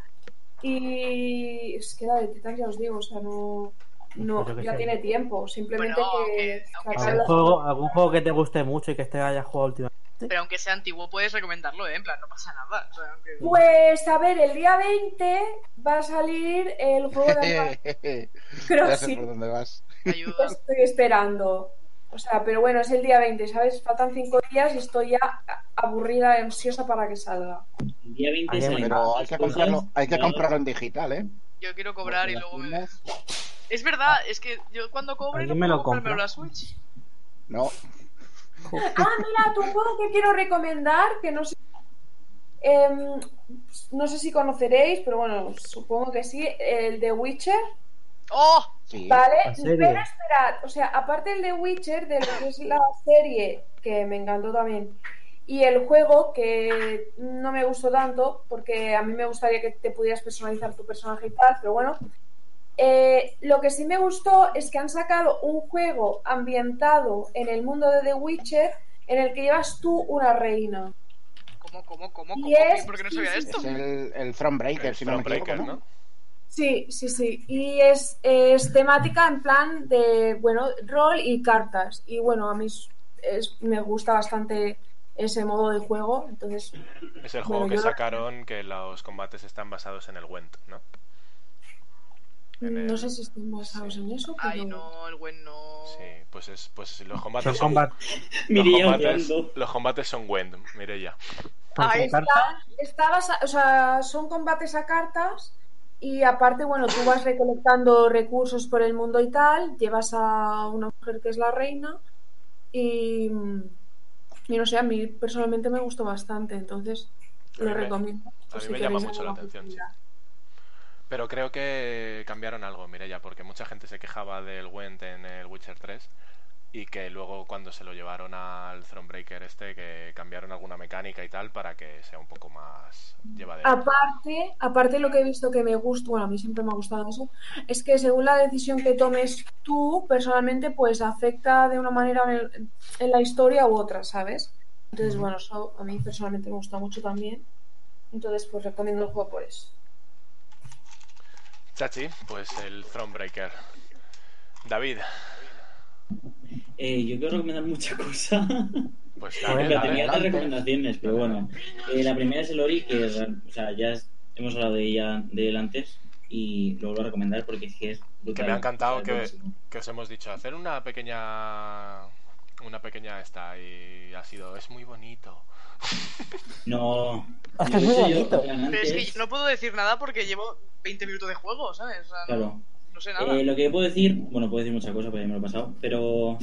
Y es que la de Titans ya os digo, o sea, no, no Pues yo qué ya sé. tiene tiempo. Simplemente Bueno, que aunque- sacar ¿Algún la- juego, algún juego que te guste mucho y que te haya jugado últimamente? Pero aunque sea antiguo, puedes recomendarlo, ¿eh? En plan, no pasa nada. O sea, aunque- Pues a ver, el día 20 va a salir el juego de Animal ya sé Crossing. por dónde vas. Lo Ayuda. estoy esperando. O sea, pero bueno, es el día 20, ¿sabes? Faltan cinco días y estoy ya aburrida, ansiosa para que salga. El día 20 Ahí, salen Pero hay tantas que cosas, comprarlo, hay que ¿no? comprarlo en digital, ¿eh? Yo quiero cobrar y Las luego me. tiendas, Es verdad, es que yo cuando cobre no Alguien me lo puedo comprarme compra. la Switch. No, Ah, mira, tu juego que quiero recomendar, que no sé, em, no sé si conoceréis, pero bueno, supongo que sí, el de Witcher, ¡Oh! sí. ¿vale? La serie. Pero esperad, o sea, aparte el de Witcher, de lo que es la serie, que me encantó también, y el juego, que no me gustó tanto, porque a mí me gustaría que te pudieras personalizar tu personaje y tal, pero bueno. Eh, lo que sí me gustó es que han sacado un juego ambientado en el mundo de The Witcher en el que llevas tú una reina. ¿Cómo, cómo, cómo, Y cómo? es- ¿Por qué no sí, sabía sí, esto? Es el, el Thronebreaker, El si no me equivoco, Thronebreaker, ¿no? ¿no? Sí, sí, sí. Y es, es temática en plan de, bueno, rol y cartas. Y bueno, a mí es- es- me gusta bastante ese modo de juego. Entonces, Es el Bueno, juego que yo- sacaron que los combates están basados en el Went, ¿no? En el- no sé si están basados en eso, pero... Ay, no, el buen no. Sí, pues es, pues los Son combates son, combat- los Mirilla combates, hablando. los combates son Went, mire ya. son Ahí cartas. Está basa- o sea, son combates a cartas y aparte, bueno, tú vas recolectando recursos por el mundo y tal, llevas a una mujer que es la reina y, y no sé, a mí personalmente me gustó bastante, entonces A mí lo me- recomiendo. a por mí si me llama queréis mucho la alguna atención, sí. oportunidad. Pero creo que cambiaron algo, Mireya, porque mucha gente se quejaba del Went en el Witcher 3 y que luego cuando se lo llevaron al Thronebreaker este, que cambiaron alguna mecánica y tal para que sea un poco más llevadero. Ah. Aparte, aparte lo que he visto que me gusta, bueno, a mí siempre me ha gustado eso, es que según la decisión que tomes tú, personalmente, pues afecta de una manera en, el- en la historia u otra, ¿sabes? Entonces, bueno, eso a mí personalmente me gusta mucho también. Entonces, pues recomiendo el juego por eso. Chachi, pues el Thronebreaker. David, Eh, yo quiero recomendar mucha cosa. pues Porque dale, dale. tenía otras recomendaciones, pero bueno. Eh, la primera es el Ori, que o sea, ya es- hemos hablado de ella de él antes y lo vuelvo a recomendar porque es que es Que brutal. me ha encantado O sea, que, buenísimo. que os hemos dicho hacer una pequeña una pequeña esta y ha sido es muy bonito. No. Es que es Lo Ah, muy he hecho yo, bonito. en plan, Pero es que antes, yo no puedo decir nada porque llevo 20 minutos de juego, ¿sabes? O sea, no, Claro. no sé nada. Eh, lo que puedo decir, bueno, puedo decir muchas cosas porque ya me lo he pasado, pero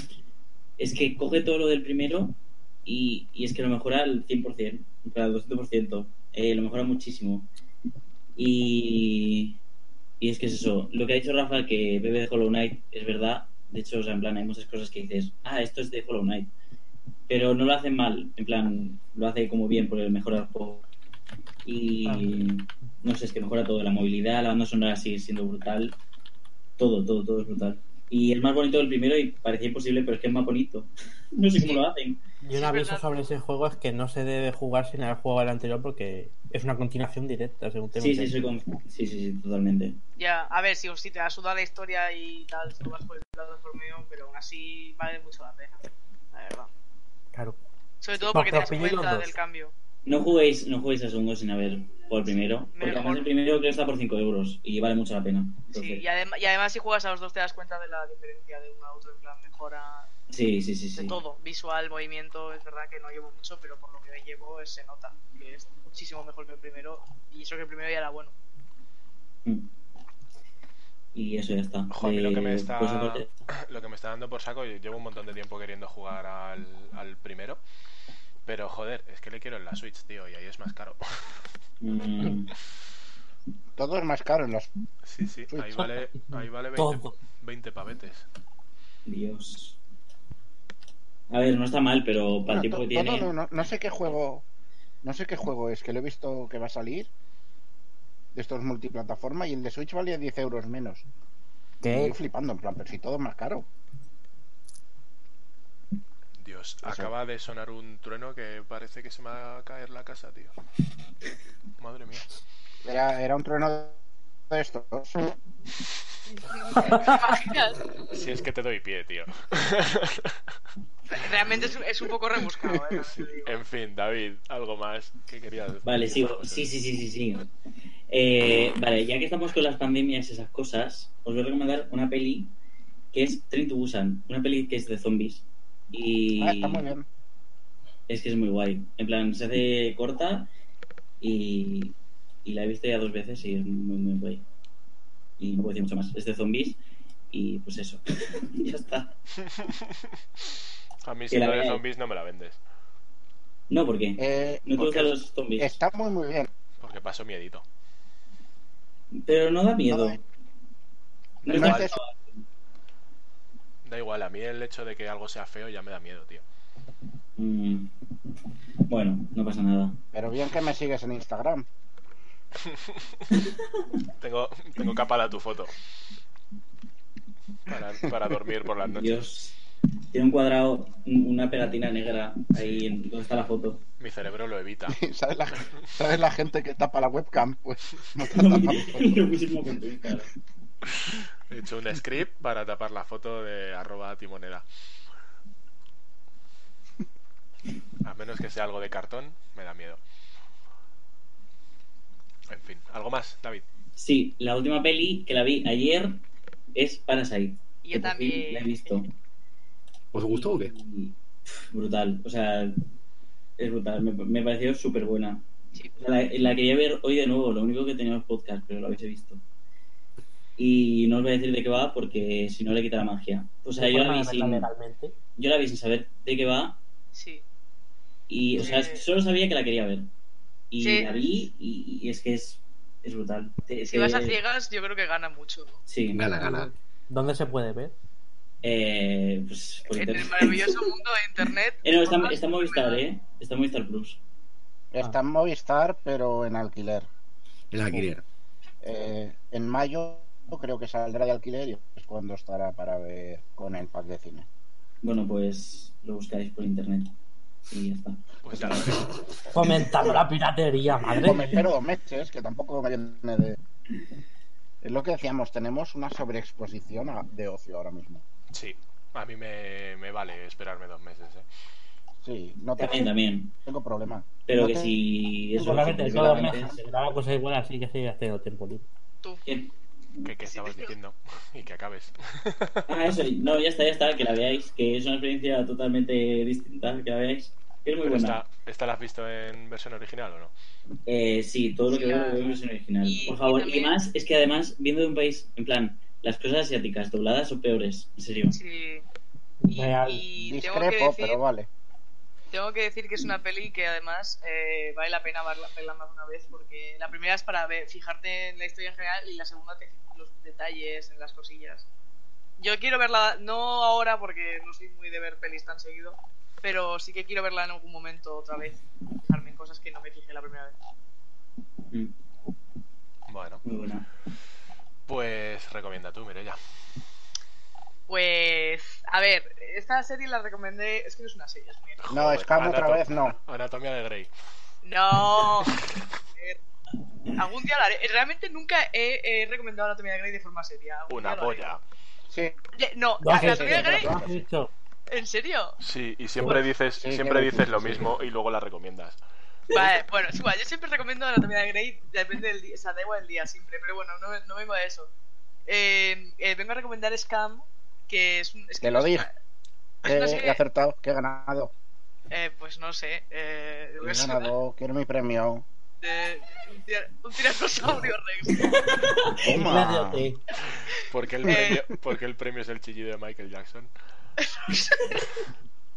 es que coge todo lo del primero y, y es que lo mejora al 100%, al 200%, eh, lo mejora muchísimo. Y, y es que es eso, lo que ha dicho Rafa, que bebe de Hollow Knight, es verdad, de hecho, o sea, en plan, hay muchas cosas que dices, ah, esto es de Hollow Knight, pero no lo hacen mal, en plan, lo hace como bien por el mejorar el juego. Y Ah. no sé, es que mejora todo, la movilidad, la banda sonora sigue siendo brutal, todo, todo, todo es brutal. Y es más bonito del primero y parecía imposible, pero es que es más bonito. no sé cómo lo hacen. Y un Sí, aviso verdad. sobre ese juego es que no se debe jugar sin haber jugado el anterior porque es una continuación directa, según tengo Sí, sí, soy entendido. con- sí, sí, sí, totalmente. Ya, a ver, si, si te ha sudado la historia y tal, si lo vas por el lado por medio, pero aún así vale mucho la pena. La verdad. Claro. Sobre todo Para porque te das pillar los cuenta dos. del cambio. No juguéis, no juguéis a Sungo sin haber por primero. Porque Mejor. además el primero creo que está por 5 euros y vale mucho la pena. Sí, Entonces, y, adem- y además si juegas a los dos te das cuenta de la diferencia de uno a otro, en plan mejora sí, sí, sí. de sí. todo, visual, movimiento, es verdad que no llevo mucho, pero por lo que llevo eh, se nota que es muchísimo mejor que el primero y eso que el primero ya era bueno. Mm. Y eso ya Ah, está. Ojo, a mí lo que me Eh, está- pues, aparte- Lo que me está dando por saco, yo llevo un montón de tiempo queriendo jugar al, al primero. Pero joder, es que le quiero en la Switch, tío, y ahí es más caro. Mm, Todo es más caro en las. Sí, sí, ahí vale, ahí vale 20, Todo. 20 pavetes. Dios. A ver, no está mal, pero para el Bueno, tiempo to- que tiene. todo no, no- no sé qué juego. No sé qué juego es, que lo he visto que va a salir. De estos multiplataforma y el de Switch valía 10 euros menos. Y ¿Qué? yo flipando, en plan, pero si todo es más caro. Dios, acaba de sonar un trueno que parece que se me va a caer la casa, tío. Madre mía. Era, era un trueno de estos. ¿Te imaginas? Si es que te doy pie, tío. Realmente es, un- es un poco rebuscado, ¿eh? También te digo. En fin, David, algo más que querías Vale, decir, sigo. José? Sí, sí, sí, sí, sí. Eh, vale, ya que estamos con las pandemias y esas cosas, os voy a recomendar una peli que es Train to Busan, una peli que es de zombies. Y Ah, está muy bien. es que es muy guay. En plan, se hace corta y, y la he visto ya dos veces y es muy, muy guay. Y no puedo decir mucho más. Es de zombies y pues eso. ya está. A mí, que si la no de veáis. zombies, no me la vendes. No, ¿por qué? Eh, No te porque gustan los zombies. Está muy, muy bien. Porque paso miedito. Pero no da miedo. No, eh. No no está es eso. Da igual, a mí el hecho de que algo sea feo ya me da miedo, tío. Mm. Bueno, no pasa nada. Pero bien que me sigues en Instagram. Tengo, tengo capada tu foto. Para, para dormir por las noches. Dios. Tiene un cuadrado, un- una pegatina negra ahí en donde está la foto. Mi cerebro lo evita. ¿Sabes la, sabes la gente que tapa la webcam? Pues no te Lo tapa. mi- lo mismo con Twitter. He hecho un script para tapar la foto de arroba timonera. A menos que sea algo de cartón, me da miedo. En fin, ¿algo más, David? Sí, la última peli que la vi ayer es Parasite. Y que yo por fin La he también... visto. ¿Os gustó o qué? Y, pf, brutal. O sea, es brutal. Me, me pareció súper buena. Sí. La, la quería ver hoy de nuevo. Lo único que teníamos podcast, pero lo habéis visto. Y no os voy a decir de qué va porque si no le quita la magia. O sea, yo la vi sin, legalmente. yo la vi sin saber de qué va Sí. Y, o sea, Sí. solo sabía que la quería ver. Y Sí. la vi y, y es que es, es brutal. Te- Si te- vas a ciegas, yo creo que gana mucho. Sí. Gana, gana. ¿Dónde se puede ver? Eh, pues por En el internet. maravilloso mundo de internet. Eh, no, está, está en Movistar, ¿eh? Está en Movistar Plus. Está en Movistar, pero en alquiler. El alquiler. Eh, en mayo creo que saldrá de alquiler y es cuando estará para ver con el pack de cine. Bueno, pues lo buscáis por internet. Y ya está. Pues ya lo veré. Fomentando la piratería, madre. O me espero dos meses, que tampoco me viene de... Es lo que decíamos, tenemos una sobreexposición a- de ocio ahora mismo. Sí, a mí me, me vale esperarme dos meses, ¿eh? Sí, no te- También, también. tengo problema. Pero No que te- si eso Seguramente si dentro de dos seguramente meses. Será cosa igual así que sigas teniendo tiempo libre. Tú. es- ¿Qué, qué Sí, estabas tío. diciendo? Y que acabes. Ah, eso. No, ya está, ya está. Que la veáis. Que es una experiencia totalmente distinta. Que la veáis. Que es muy Pero buena. esta, ¿Esta la has visto en versión original o no? Eh, sí, todo lo que Sí, veo la- lo veo en versión original. y- Por favor, y y, también- más, es que además, viendo de un país, en plan, las cosas asiáticas dobladas son peores, en serio. Sí. Y, Real. y tengo que Discrepo, decir... pero vale. Tengo que decir que es una peli que además eh, vale la pena verla, verla más de una vez porque la primera es para ver- fijarte en la historia en general y la segunda te fijas en los detalles, en las cosillas. Yo quiero verla, no ahora porque no soy muy de ver pelis tan seguido, pero sí que quiero verla en algún momento otra vez, fijarme en cosas que no me fijé la primera vez. Mm, Bueno, Muy buena. pues recomienda tú, Mireya. Pues, a ver, esta serie la recomendé, es que no es una serie, es muy... No, Joder, escamo otra anato- vez, no. Anatomía de Grey. No. Joder. Algún día lo haré. Realmente nunca he, he recomendado Anatomía de Grey de forma seria. Algún Una día lo haré. polla. Sí, Ya- No, Lo has hecho, Anatomía de Grey, lo has hecho. ¿en serio? Sí, y siempre dices, Sí, siempre que- dices lo sí. mismo y luego la recomiendas. Vale, bueno, es igual. Yo siempre recomiendo Anatomía de Grey, depende del día, o sea, da igual el día siempre, pero bueno, no, no vengo a eso. Eh, eh, vengo a recomendar Scam, que es un. es que Te lo no es dije. una- Eh, no sé. he acertado, que he ganado. eh, pues no sé. Eh, He es una- ganado, quiero mi premio. de- un tira- un tiranosaurio Rex. Toma. ¿Por qué el Eh. premio, por qué el premio es el chillido de Michael Jackson?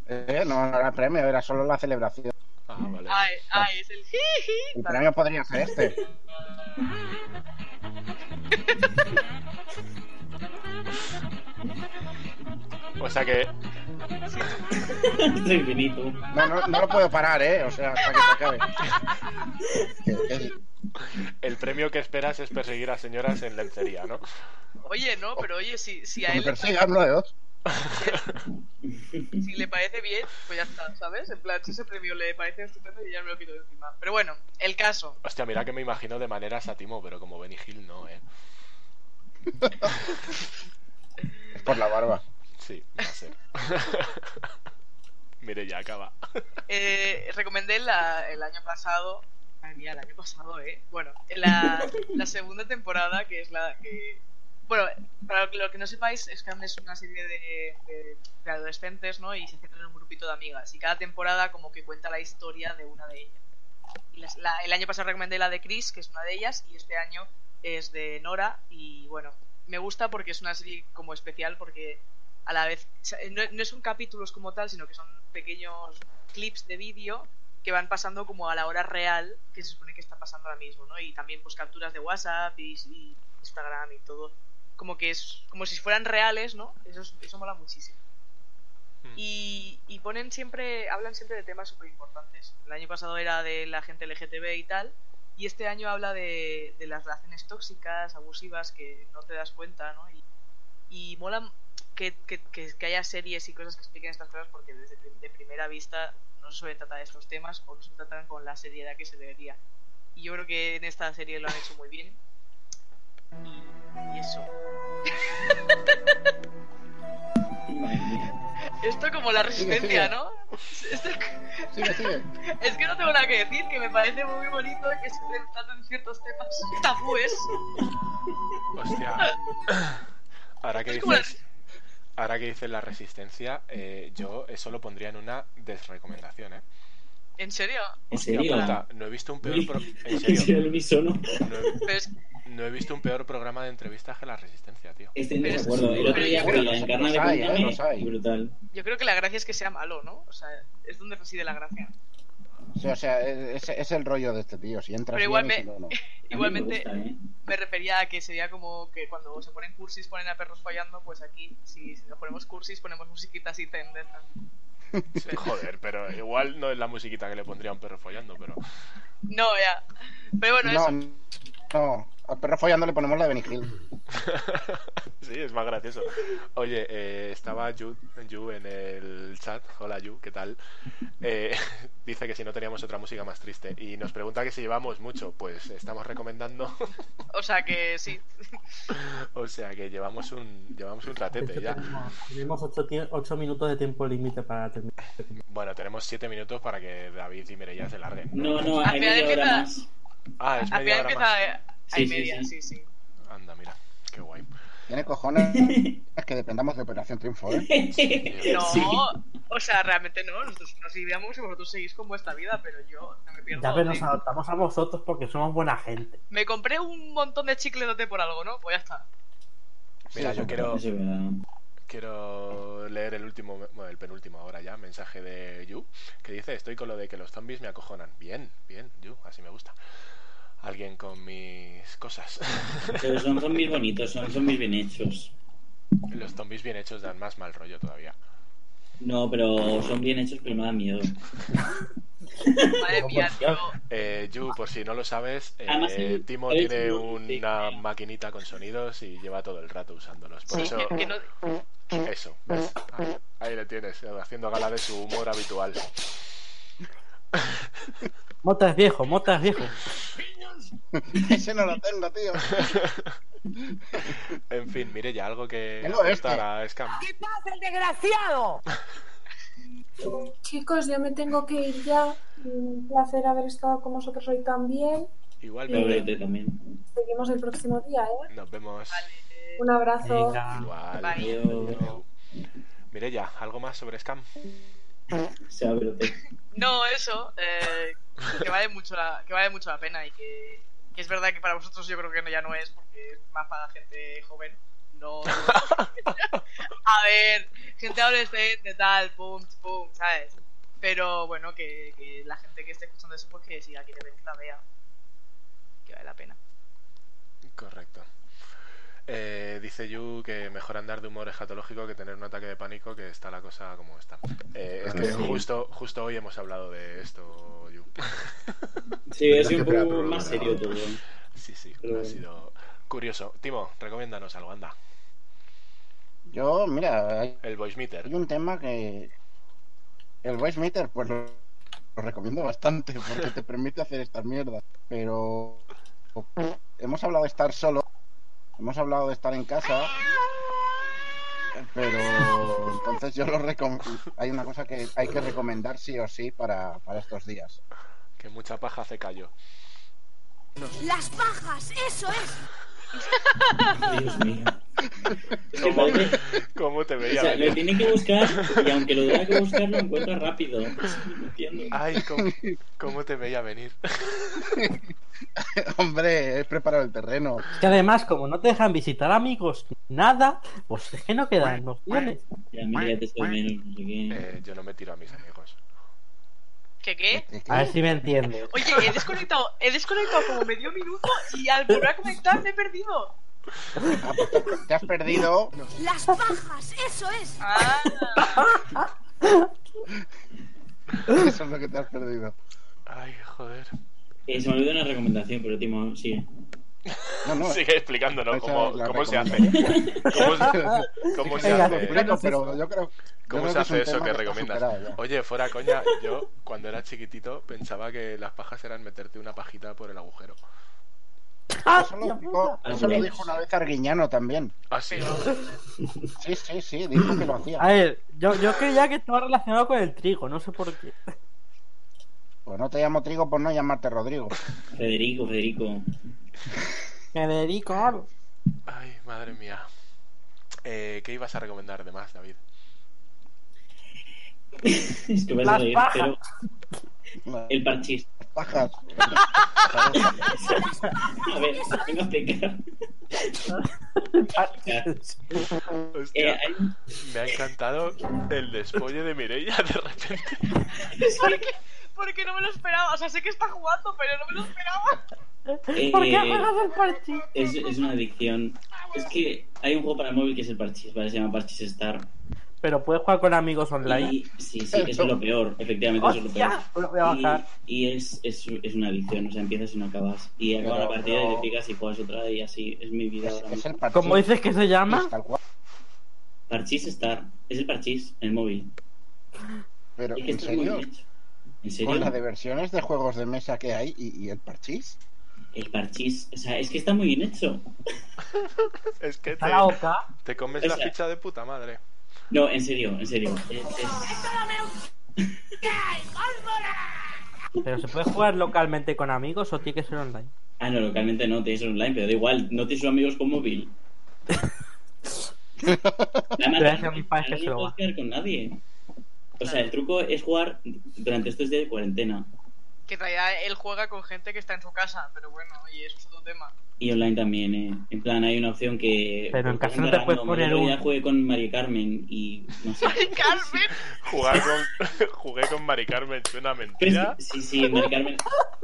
Eh, no, no era premio, era solo la celebración. Ah, vale. Ay, ay, es el. El Vale. premio podría ser este. O sea que Esto es infinito. No, no, no lo puedo parar, ¿eh? O sea, hasta que se acabe. Que- que- el premio que esperas es perseguir a señoras en lencería, ¿no? Oye, no, pero oye, si, si que a me él le persiga uno de dos. si le parece bien, pues ya está, ¿sabes? En plan, si ese premio le parece estupendo, yo ya me lo quito de encima. Pero bueno, el caso. Hostia, mira que me imagino de manera satimo, pero como Benny Hill no, ¿eh? Es por la barba. Sí, va a ser. Mire, ya acaba. Eh, recomendé la- el año pasado. Madre mía, el año pasado, ¿eh? Bueno, la, la segunda temporada, que es la que. Bueno, para lo que no sepáis, Scam es una serie de, de- de adolescentes, ¿no? Y se centra en un grupito de amigas. Y cada temporada, como que cuenta la historia de una de ellas. Y las- la- el año pasado recomendé la de Chris, que es una de ellas, y este año es de Nora. Y bueno, me gusta porque es una serie como especial, porque a la vez. o sea, no, no son capítulos como tal, sino que son pequeños clips de vídeo que van pasando como a la hora real que se supone que está pasando ahora mismo, ¿no? Y también pues capturas de WhatsApp y, y Instagram y todo. Como que es como si fueran reales, ¿no? Eso, es- eso mola muchísimo. Mm. Y, y ponen siempre, hablan siempre de temas súper importantes. El año pasado era de la gente LGTB y tal, y este año habla de, de las relaciones tóxicas, abusivas, que no te das cuenta, ¿no? Y, y mola que, que- que- que haya series y cosas que expliquen estas cosas porque desde pri- de primera vista no se suelen tratar estos temas o no se tratan con la seriedad que se debería. Y yo creo que en esta serie lo han hecho muy bien. Y, y eso. Madre mía. Esto como la resistencia, sigue. ¿no? Esto- Sigue, sigue. es que no tengo nada que decir, que me parece muy bonito que se traten ciertos temas tabúes. Hostia. Ahora que Es como la- dices, ahora que dices la resistencia, eh, yo eso lo pondría en una desrecomendación, ¿eh? ¿En serio? ¿En Hostia serio? puta, no he visto un peor... pro- En ¿En serio, serio el unísono? no he, Pero es, no he visto un peor programa de entrevistas que la resistencia, tío. Este no Pero me es- acuerdo. El otro día pero- fui a Encarna los de hay, ¿eh? Cuéntame. los hay. Brutal. yo creo que la gracia es que sea malo, ¿no? O sea, es donde reside la gracia. O sea, o sea, es, es el rollo de este tío. Si entras Pero bien igual y si no, no. A mí me Igualmente, gusta, ¿eh? me refería a que sería como que cuando se ponen cursis ponen a perros fallando, pues aquí si nos ponemos cursis ponemos musiquitas y tender. Joder, pero igual no es la musiquita que le pondría a un perro follando, pero... No, ya. Pero bueno, eso. No, no. Al perro follando le ponemos la de Benny Hill. Sí, es más gracioso. Oye, eh, estaba Yu, Yu en el chat. Hola Yu, ¿qué tal? Eh, dice que si no teníamos otra música más triste. Y nos pregunta que si llevamos mucho. Pues estamos recomendando. O sea que sí. o sea que llevamos un, llevamos un ratete ya. Tenemos- Tenemos 8 minutos de tiempo límite para terminar. Bueno, tenemos siete minutos para que David y Mireia se larguen. No, no, Al hay final media hora empieza- más. Ah, es Al media final hora más. empieza a a Sí, y sí, media, sí. sí, sí. Anda, mira, qué guay. Tiene cojones es que dependamos de Operación Triunfo, ¿eh? Sí. No, Sí. o sea, realmente no. Nosotros nos dividamos y vosotros seguís con vuestra vida, pero yo no me pierdo. Ya pero nos ¿eh? adaptamos a vosotros porque somos buena gente. Me compré un montón de chicledote por algo, ¿no? Pues ya está. Mira, yo quiero, Eso es verdad. Quiero leer el último, bueno, el penúltimo ahora ya, mensaje de Yu, que dice, estoy con lo de que los zombies me acojonan. Bien, bien, Yu, así me gusta. Alguien con mis cosas. Pero son zombies bonitos, son zombies bien hechos. los zombies bien hechos dan más mal rollo todavía. No, pero son bien hechos, pero no dan miedo. Madre mía, tío. Eh, Yu, por si no lo sabes, eh, Además, sí, Timo es tiene muy una pequeño. maquinita con sonidos y lleva todo el rato usándolos. Por eso, Que, que no, eso, ¿ves? Ahí, ahí le tienes, haciendo gala de su humor habitual. Mota es viejo, Mota es viejo. Ese no lo tengo, tío. En fin, mire ya algo que Tengo este. aportar a Scam. ¿Qué pasa, el desgraciado? Chicos, yo me tengo que ir ya. Un placer haber estado con vosotros hoy también. Igualmente. también. Seguimos el próximo día, ¿eh? Nos vemos. Un abrazo. Venga. Igual. Bye. Adiós. Mireya, ¿algo más sobre Scam? Sábrote. No, eso, eh, que, vale mucho la, que vale mucho la pena y que, que es verdad que para vosotros yo creo que no, ya no es porque es más para gente joven. No. A ver, gente adolescente, tal, pum, pum, ¿sabes? Pero bueno, que, que la gente que esté escuchando eso, pues que si la quiere ver, que la vea. Que vale la pena. Correcto. Eh, dice Yu que mejor andar de humor escatológico que tener un ataque de pánico, que está la cosa como está. Eh, es Ah, que sí. justo, justo hoy hemos hablado de esto, Yu. Sí, Tendrás que ha sido un esperar al poco programa, más ¿no? serio todo. Sí, sí, Pero- ha sido curioso. Timo, recomiéndanos algo, anda. Yo, mira, hay El voice meter. hay un tema que. El voice meter, pues lo, lo recomiendo bastante porque te permite hacer estas mierdas. Pero. Hemos hablado de estar solo, hemos hablado de estar en casa. Pero entonces yo lo recomiendo. Hay una cosa que hay que recomendar sí o sí para, para estos días. Que mucha paja hace callo. Las pajas, eso es. Dios mío. Es que ¿Cómo, parece- cómo te o veía? sea, lo venir? tiene que buscar y aunque lo tenga que buscar, lo encuentra rápido. No entiendo. Ay, cómo, cómo te veía venir. Hombre, he preparado el terreno. Es que además, como no te dejan visitar amigos, nada, pues es que no quedan opciones. Ya, mira, este ya te estoy menos, no sé qué. Eh, yo no me tiro a mis amigos. ¿Qué qué? A Ah, ver si me entiendes. Oye, he desconectado, he desconectado como medio minuto y al volver a conectar me he perdido. Ah, pues te- Te has perdido. Las pajas, eso es. Ah, Eso es lo que te has perdido. Ay, joder. Eh, se me olvidó una recomendación, pero Timo, sí. No, no. Sigue explicándonos esa cómo, es la cómo se hace. recomendación. ¿Cómo, se- cómo se Venga, Lo hace? explico, pero yo creo. yo ¿Cómo se creo que es un hace eso tema que está recomiendas? superado ya. Oye, fuera coña, yo cuando era chiquitito pensaba que las pajas eran meterte una pajita por el agujero. Ah, Eso lo dijo, puta. eso lo dijo una vez Arguiñano también. Ah, sí. Sí, sí, sí, dijo que lo A hacía. ver, yo, yo creía que estaba relacionado con el trigo, no sé por qué. Pues no te llamo Trigo por no llamarte Rodrigo. Federico, Federico. Me dedico a algo. Ay, madre mía. Eh, ¿Qué ibas a recomendar de más, David? Es que vas a Las reír, pajas. pero Las el parchís. pajas. A ver, vengo a explicar. Eh, Hostia, hay- me ha encantado el despolle de Mireia de repente. porque, porque no me lo esperaba. O sea, sé que está jugando, pero no me lo esperaba. eh, ¿Por qué juegas al parchís? es, es una adicción. Es que hay un juego para móvil que es el parchís, ¿vale? Se llama Parchís Star. Pero puedes jugar con amigos online. Y, sí, sí, eso es lo peor. Efectivamente, eso es lo peor. ¡Hostia! Lo voy a bajar. Y, y es, es, es una adicción, o sea, empiezas y no acabas. Y acaba Pero- la partida y pero- te picas y juegas otra y así. Es mi vida. Es, ahora es mismo. el partido. ¿Cómo dices que se llama? Es tal cual. Parchís Star. Es el parchís, el móvil. Pero, Es que ¿en está muy serio? bien hecho. ¿En Con serio? las diversiones de juegos de mesa que hay y, y el parchís. El parchís. O sea, es que está muy bien hecho. Es que Está te, la oca. te comes la Esa. ficha de puta madre. No, en serio, en serio. Eh, Es- es- Pero se puede jugar localmente con amigos o tiene que ser online. Ah, no, localmente no, tienes online, pero da igual, no tienes amigos con móvil. Además, Gracias a mis padres que nadie se lo puedes va. quedar con nadie. O sea, el truco es jugar durante estos días de cuarentena Que en realidad él juega con gente que está en su casa, pero bueno, y eso es otro tema. y online también. eh. En plan, hay una opción que. Pero en casa un no te puedes poner el otro día un- jugué con María Carmen y no sé. ¡Carmen! Jugar con, jugué con Mari Carmen, suena Pues, Pero es- mentira. sí, sí, Mari Carmen.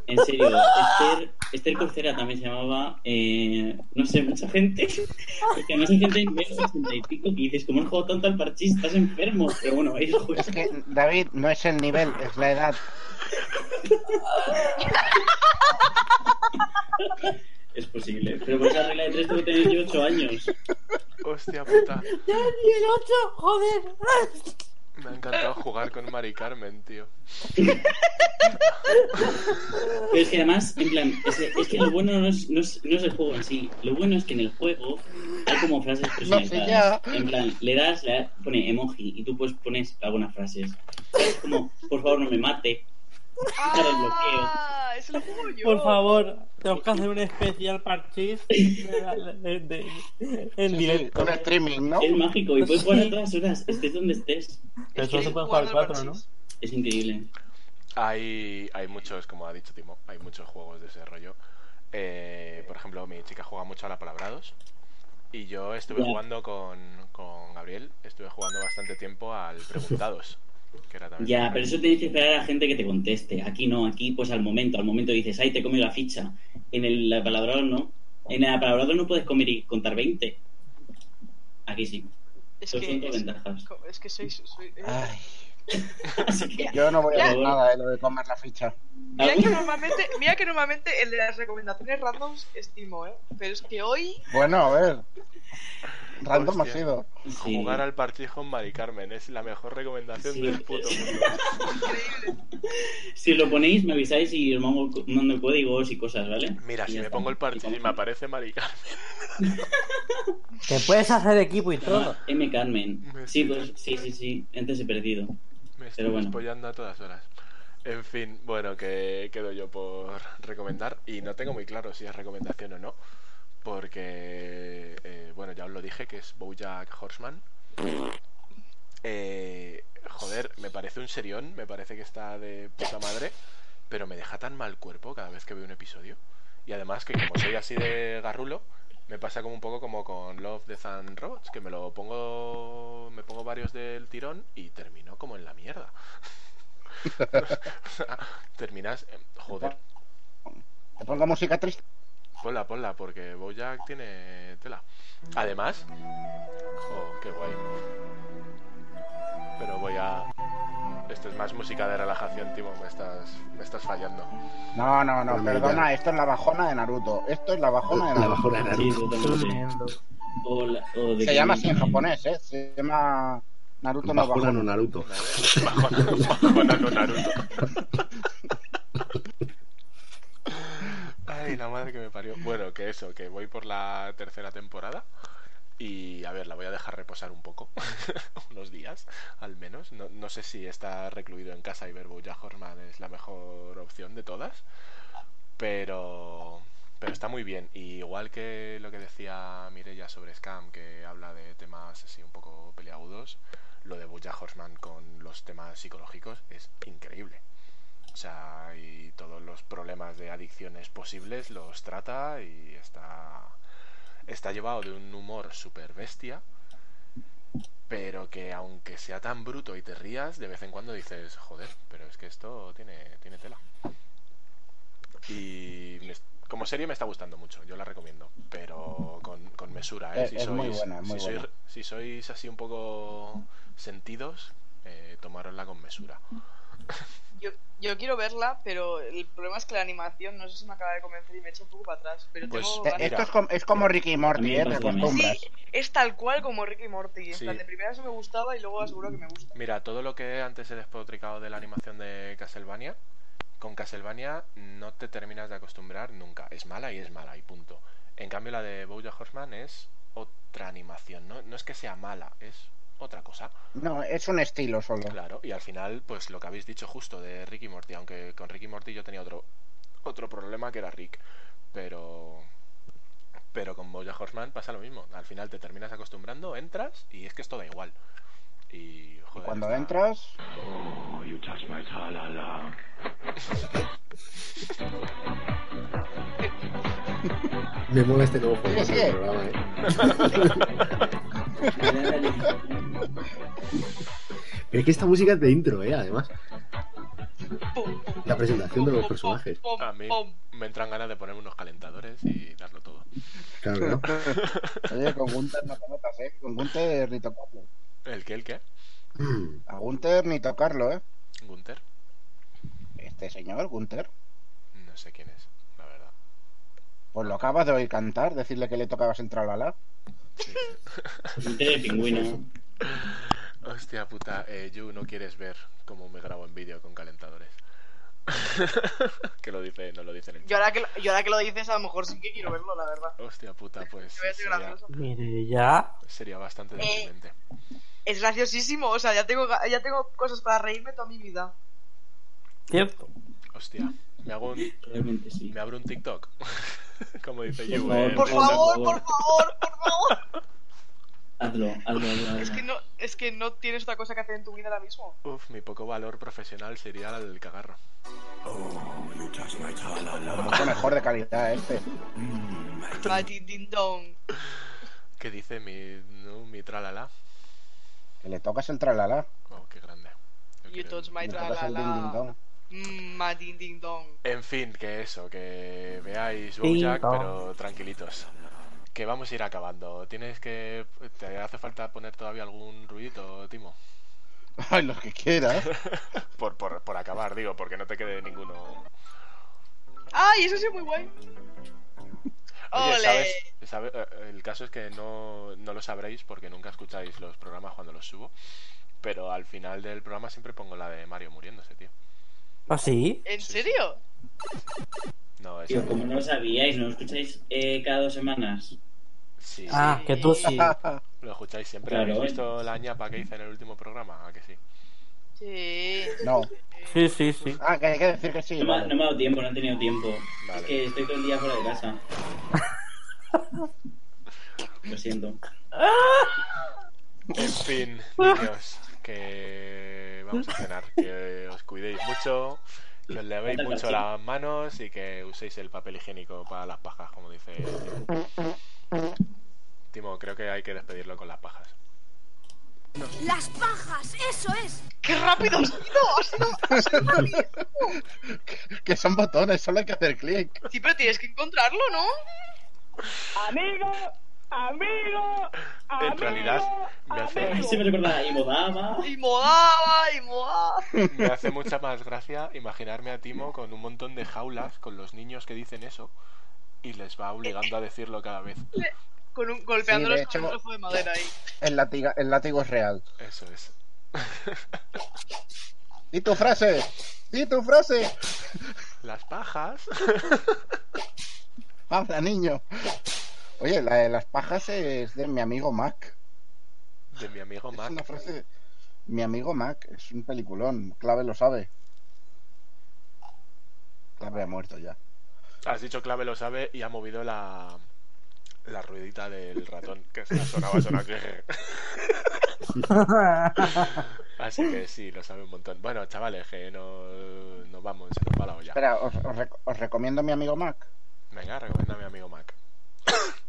En serio, Esther, Esther Cocera también se llamaba. eh, no sé, mucha gente. Es que además hay gente en menos de 80 y pico que dices, ¿cómo han jugado tanto al parchís? Estás enfermo. Pero bueno, ellos juegan. Es que, David, no es el nivel, es la edad. Es posible. Pero por esa regla de tres tengo que tener yo 8 años. Hostia puta. ¡Ya, y el 8! ¡Joder! Me ha encantado jugar con Mari Carmen, tío. Pero es que además, en plan, es, es que lo bueno no es, no, es, no es el juego en sí. Lo bueno es que en el juego hay como frases Pues personalizadas. ya. En plan, le das, le das- pone emoji y tú pues pones algunas frases. Es como, por favor no me mate. Para el bloqueo. Ah, eso lo juego yo. Por favor, tengo que hacer un especial parchís de- de- de- en Sí, sí, directo. con streaming, ¿no? Es mágico y puedes jugar a todas horas, estés donde estés. Es, Eso que se puede jugar jugando al cuatro, ¿no? parchís. es increíble. Hay, hay muchos, como ha dicho Timo, hay muchos juegos de ese rollo. Eh, por ejemplo, mi chica juega mucho a la Palabrados. Y yo estuve Ya. jugando con, con Gabriel, estuve jugando bastante tiempo al Preguntados. Que era también Ya, pero eso tienes que esperar a la gente que te conteste. Aquí no, aquí pues al momento, al momento dices, ay, te he comido la ficha. En el apalabrado no. En el apalabrado no puedes comer y contar 20. Aquí sí. Es Son que, cinco es, ventajas. co- es que sois. soy- eh, Ay, Así que, yo no voy a Ya. hacer nada de lo de comer la ficha. mira, que normalmente, mira que normalmente el de las recomendaciones randoms estimo, ¿eh? Pero es que hoy. Bueno, a ver. Random Hostia. ha sido. sí. Jugar al partido con Mari Carmen es la mejor recomendación Sí. del puto mundo. Increíble. Si lo ponéis, me avisáis y os mando, mando códigos y cosas, ¿vale? Mira, Y si ya me está. pongo el partido y me aparece Mari Carmen. Te puedes hacer equipo y Se todo. llama M. Carmen. Me Sí, estoy- pues sí, sí, sí. Antes he perdido. Me estoy Pero bueno. despollando a todas horas. En fin, bueno, que quedo yo por recomendar. Y no tengo muy claro si es recomendación o no. Porque, eh, bueno, ya os lo dije, que es Bojack Horseman. Eh, joder, me parece un serión, me parece que está de puta madre. Pero me deja tan mal cuerpo cada vez que veo un episodio. Y además que como soy así de garrulo, me pasa como un poco como con Love, Death and Robots, que me lo pongo, me pongo varios del tirón y termino como en la mierda. O sea, Terminas, eh, joder, Te pongo música triste. ponla, ponla, porque Bojack tiene tela. Además, oh, qué guay. Pero voy a... Esto es más música de relajación, Timo, me estás, me estás fallando. No, no, no, Pero mira. perdona, esto es la bajona de Naruto. Esto es la bajona de La Naruto. bajona de Sí, Naruto. totalmente. O la- o de Se que- llama así en japonés, ¿eh? Se llama Naruto no Bajona no bajona. Naruto. Bajona, bajona no Naruto. Ay, la madre que me parió. Bueno, que eso, que voy por la tercera temporada. Y a ver, la voy a dejar reposar un poco. Unos días, al menos. No, no sé si está recluido en casa y ver Bojack Horseman es la mejor opción de todas. Pero. Pero está muy bien. Y igual que lo que decía Mirella sobre Scam, que habla de temas así un poco peleagudos, lo de Bojack Horseman con los temas psicológicos es increíble. O sea, y todos los problemas de adicciones posibles los trata y está, está llevado de un humor super bestia, pero que aunque sea tan bruto y te rías, de vez en cuando dices, joder, pero es que esto tiene, tiene tela. Y me- como serie me está gustando mucho, yo la recomiendo, pero con, con mesura. ¿eh? Es- es muy buena, es muy si sois- buena. si sois así un poco sentidos, eh, tomárosla con mesura. Yo, yo quiero verla, pero el problema es que la animación, no sé si me acaba de convencer y me echo un poco para atrás. Pero Pues, tengo Eh, ganas. Esto es, com- es como Ricky y Morty, ¿eh? Te Sí. acostumbras. Sí, es tal cual como Ricky y Morty. En Sí. plan, de primeras no me gustaba y luego aseguro que me gusta. Mira, todo lo que antes he despotricado de la animación de Castlevania, con Castlevania no te terminas de acostumbrar nunca. Es mala y es mala, y punto. En cambio, la de Bojack Horseman es otra animación. No, no es que sea mala, es otra cosa. No, es un estilo solo. Claro, y al final, pues lo que habéis dicho justo de Ricky Morty, aunque con Ricky Morty yo tenía otro, otro problema que era Rick, pero. Pero con Bojack Horseman pasa lo mismo. Al final te terminas acostumbrando, entras y es que esto da igual. Y, Y joder, cuando está- entras, Me mola este nuevo Sí, formato sí. del programa, ¿eh? Pero es que esta música es de intro, ¿eh? Además, Pum, pum, la presentación de pum, los pum, personajes. pum, A mí pum. me entran ganas de ponerme unos calentadores y darlo todo. Claro, claro. oye, con Gunther no te metas, ¿eh? Con Gunther ni tocarlo. ¿El qué? ¿El qué? Mm, A Gunther ni tocarlo, ¿eh? ¿Gunther? Este señor, Gunther, No sé quién es, la verdad. pues lo acabas de oír cantar, decirle que le tocabas entrar a la Un té de pingüino. Hostia puta, eh, Yu, no quieres ver cómo me grabo en vídeo con calentadores. que lo dice, no lo dice en el Yo ahora, que lo, yo ahora que lo dices, a lo mejor sí que quiero verlo, la verdad. Hostia puta, pues Que voy a ser sería, gracioso. Mire, ya. sería bastante Eh. deprimente. Es graciosísimo, o sea, ya tengo, ga- ya tengo cosas para reírme toda mi vida. Cierto. Hostia, me hago un, Realmente sí. me abro un TikTok. Como dice Yu. favor, eh, Por Por favor, favor. por favor, por favor. Hazlo, hazlo, hazlo. hazlo. Es que no, es que no tienes otra cosa que hacer en tu vida ahora mismo. Uf, mi poco valor profesional sería el cagarro. Un poco mejor de calidad este. Bati din dong. ¿Qué dice mi, no, mi tralala? Que le tocas el tralala. Oh, qué grande. Yo You quiero- touch my Le tocas el ding ding tralala. dong. Mmm, ma din ding dong. En fin, que eso, que veáis Ping Bojack, pong. pero tranquilitos. Que vamos a ir acabando. Tienes que... ¿Te hace falta poner todavía algún ruidito, Timo? Ay, lo que quieras. Por, por, por acabar, digo, porque no te quede ninguno... ¡Ay, eso sí es muy guay! Oye, ¡Ole! ¿sabes? sabe- eh, El caso es que no, no lo sabréis porque nunca escucháis los programas cuando los subo. Pero al final del programa siempre pongo la de Mario muriéndose, tío. ¿Ah, sí? ¿En Sí, serio? No, es... Tío, como no lo sabíais, no lo escucháis eh, cada dos semanas. Sí, Ah, que tú sí. Lo escucháis siempre. Claro, ¿Habéis ¿eh? visto la ñapa que hice en el último programa? ¿A que sí? Sí. No. Sí, sí, sí. Ah, que hay que decir que sí. No, me ha- vale. no me ha dado tiempo, no he tenido tiempo. Vale. Es que estoy todo el día fuera de casa. Lo siento. En fin, niños, que vamos a cenar. Que os cuidéis mucho, que os lavéis mucho las manos y que uséis el papel higiénico para las pajas, como dice Timo. Timo, creo que hay que despedirlo con las pajas. Las pajas, eso es. ¡Qué rápido has sido! ¡Has sido, has sido rapidísimo. Que son botones, solo hay que hacer clic. Sí, pero tienes que encontrarlo, ¿no? En realidad, me hace, Ay, se me recuerda a Ibodama. Y modaba, y modaba. me hace mucha más gracia imaginarme a Timo con un montón de jaulas, con los niños que dicen eso, y les va obligando a decirlo cada vez. Con un, golpeándolos Sí, de con un hecho- trozo de madera ahí. El, latiga- el látigo es real. Eso es. Di tu frase. Di tu frase. Las pajas. Habla, niño. Oye, la de las pajas es de mi amigo Mac. De mi amigo Es Mac. una frase. Mi amigo Mac es un peliculón. Clave lo sabe. Clave ha muerto ya. Has dicho clave, lo sabe, y ha movido la, la ruedita del ratón que se la sonaba, sonaba. Así que sí, lo sabe un montón. Bueno, chavales, que no, nos vamos, se nos va la olla. Espera, os, os rec- os recomiendo mi amigo Mac. Venga, recomienda a mi amigo Mac.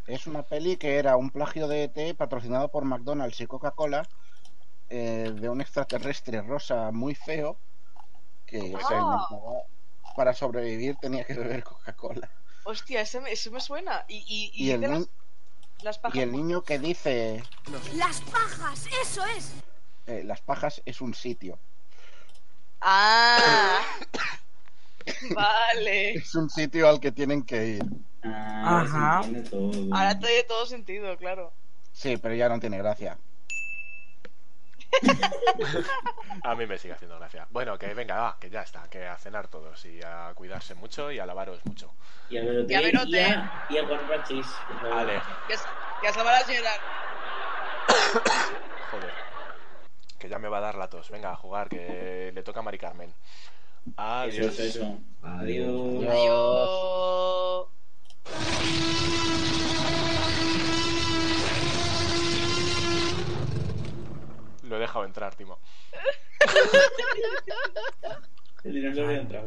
Es una peli que era un plagio de ET patrocinado por McDonald's y Coca-Cola eh, de un extraterrestre rosa muy feo que se alimentaba- para sobrevivir tenía que beber Coca-Cola. Hostia, ese me, ese me suena. Y, y, y Y el, de las, ni- las pajas. y el niño que dice Las pajas, eso es. eh, las pajas es un sitio. Ah. vale. Es un sitio al que tienen que ir. Ah, Ajá. se entiende todo. Ahora tiene todo sentido, claro. Sí, pero ya no tiene gracia. A mí me sigue haciendo gracia. Bueno, que venga, va, que ya está, que a cenar todos y a cuidarse mucho y a lavaros mucho. Y a Berote. Y a Berote. Y a, y a Guarrachis, por favor. Vale, Ya, s- ya se va a llegar. joder. Que ya me va a dar la tos. Venga, a jugar, que le toca a Mari Carmen. Eso, Adiós. eso, eso. Adiós. Adiós. Lo he dejado entrar, Timo. El dinero se había entrado.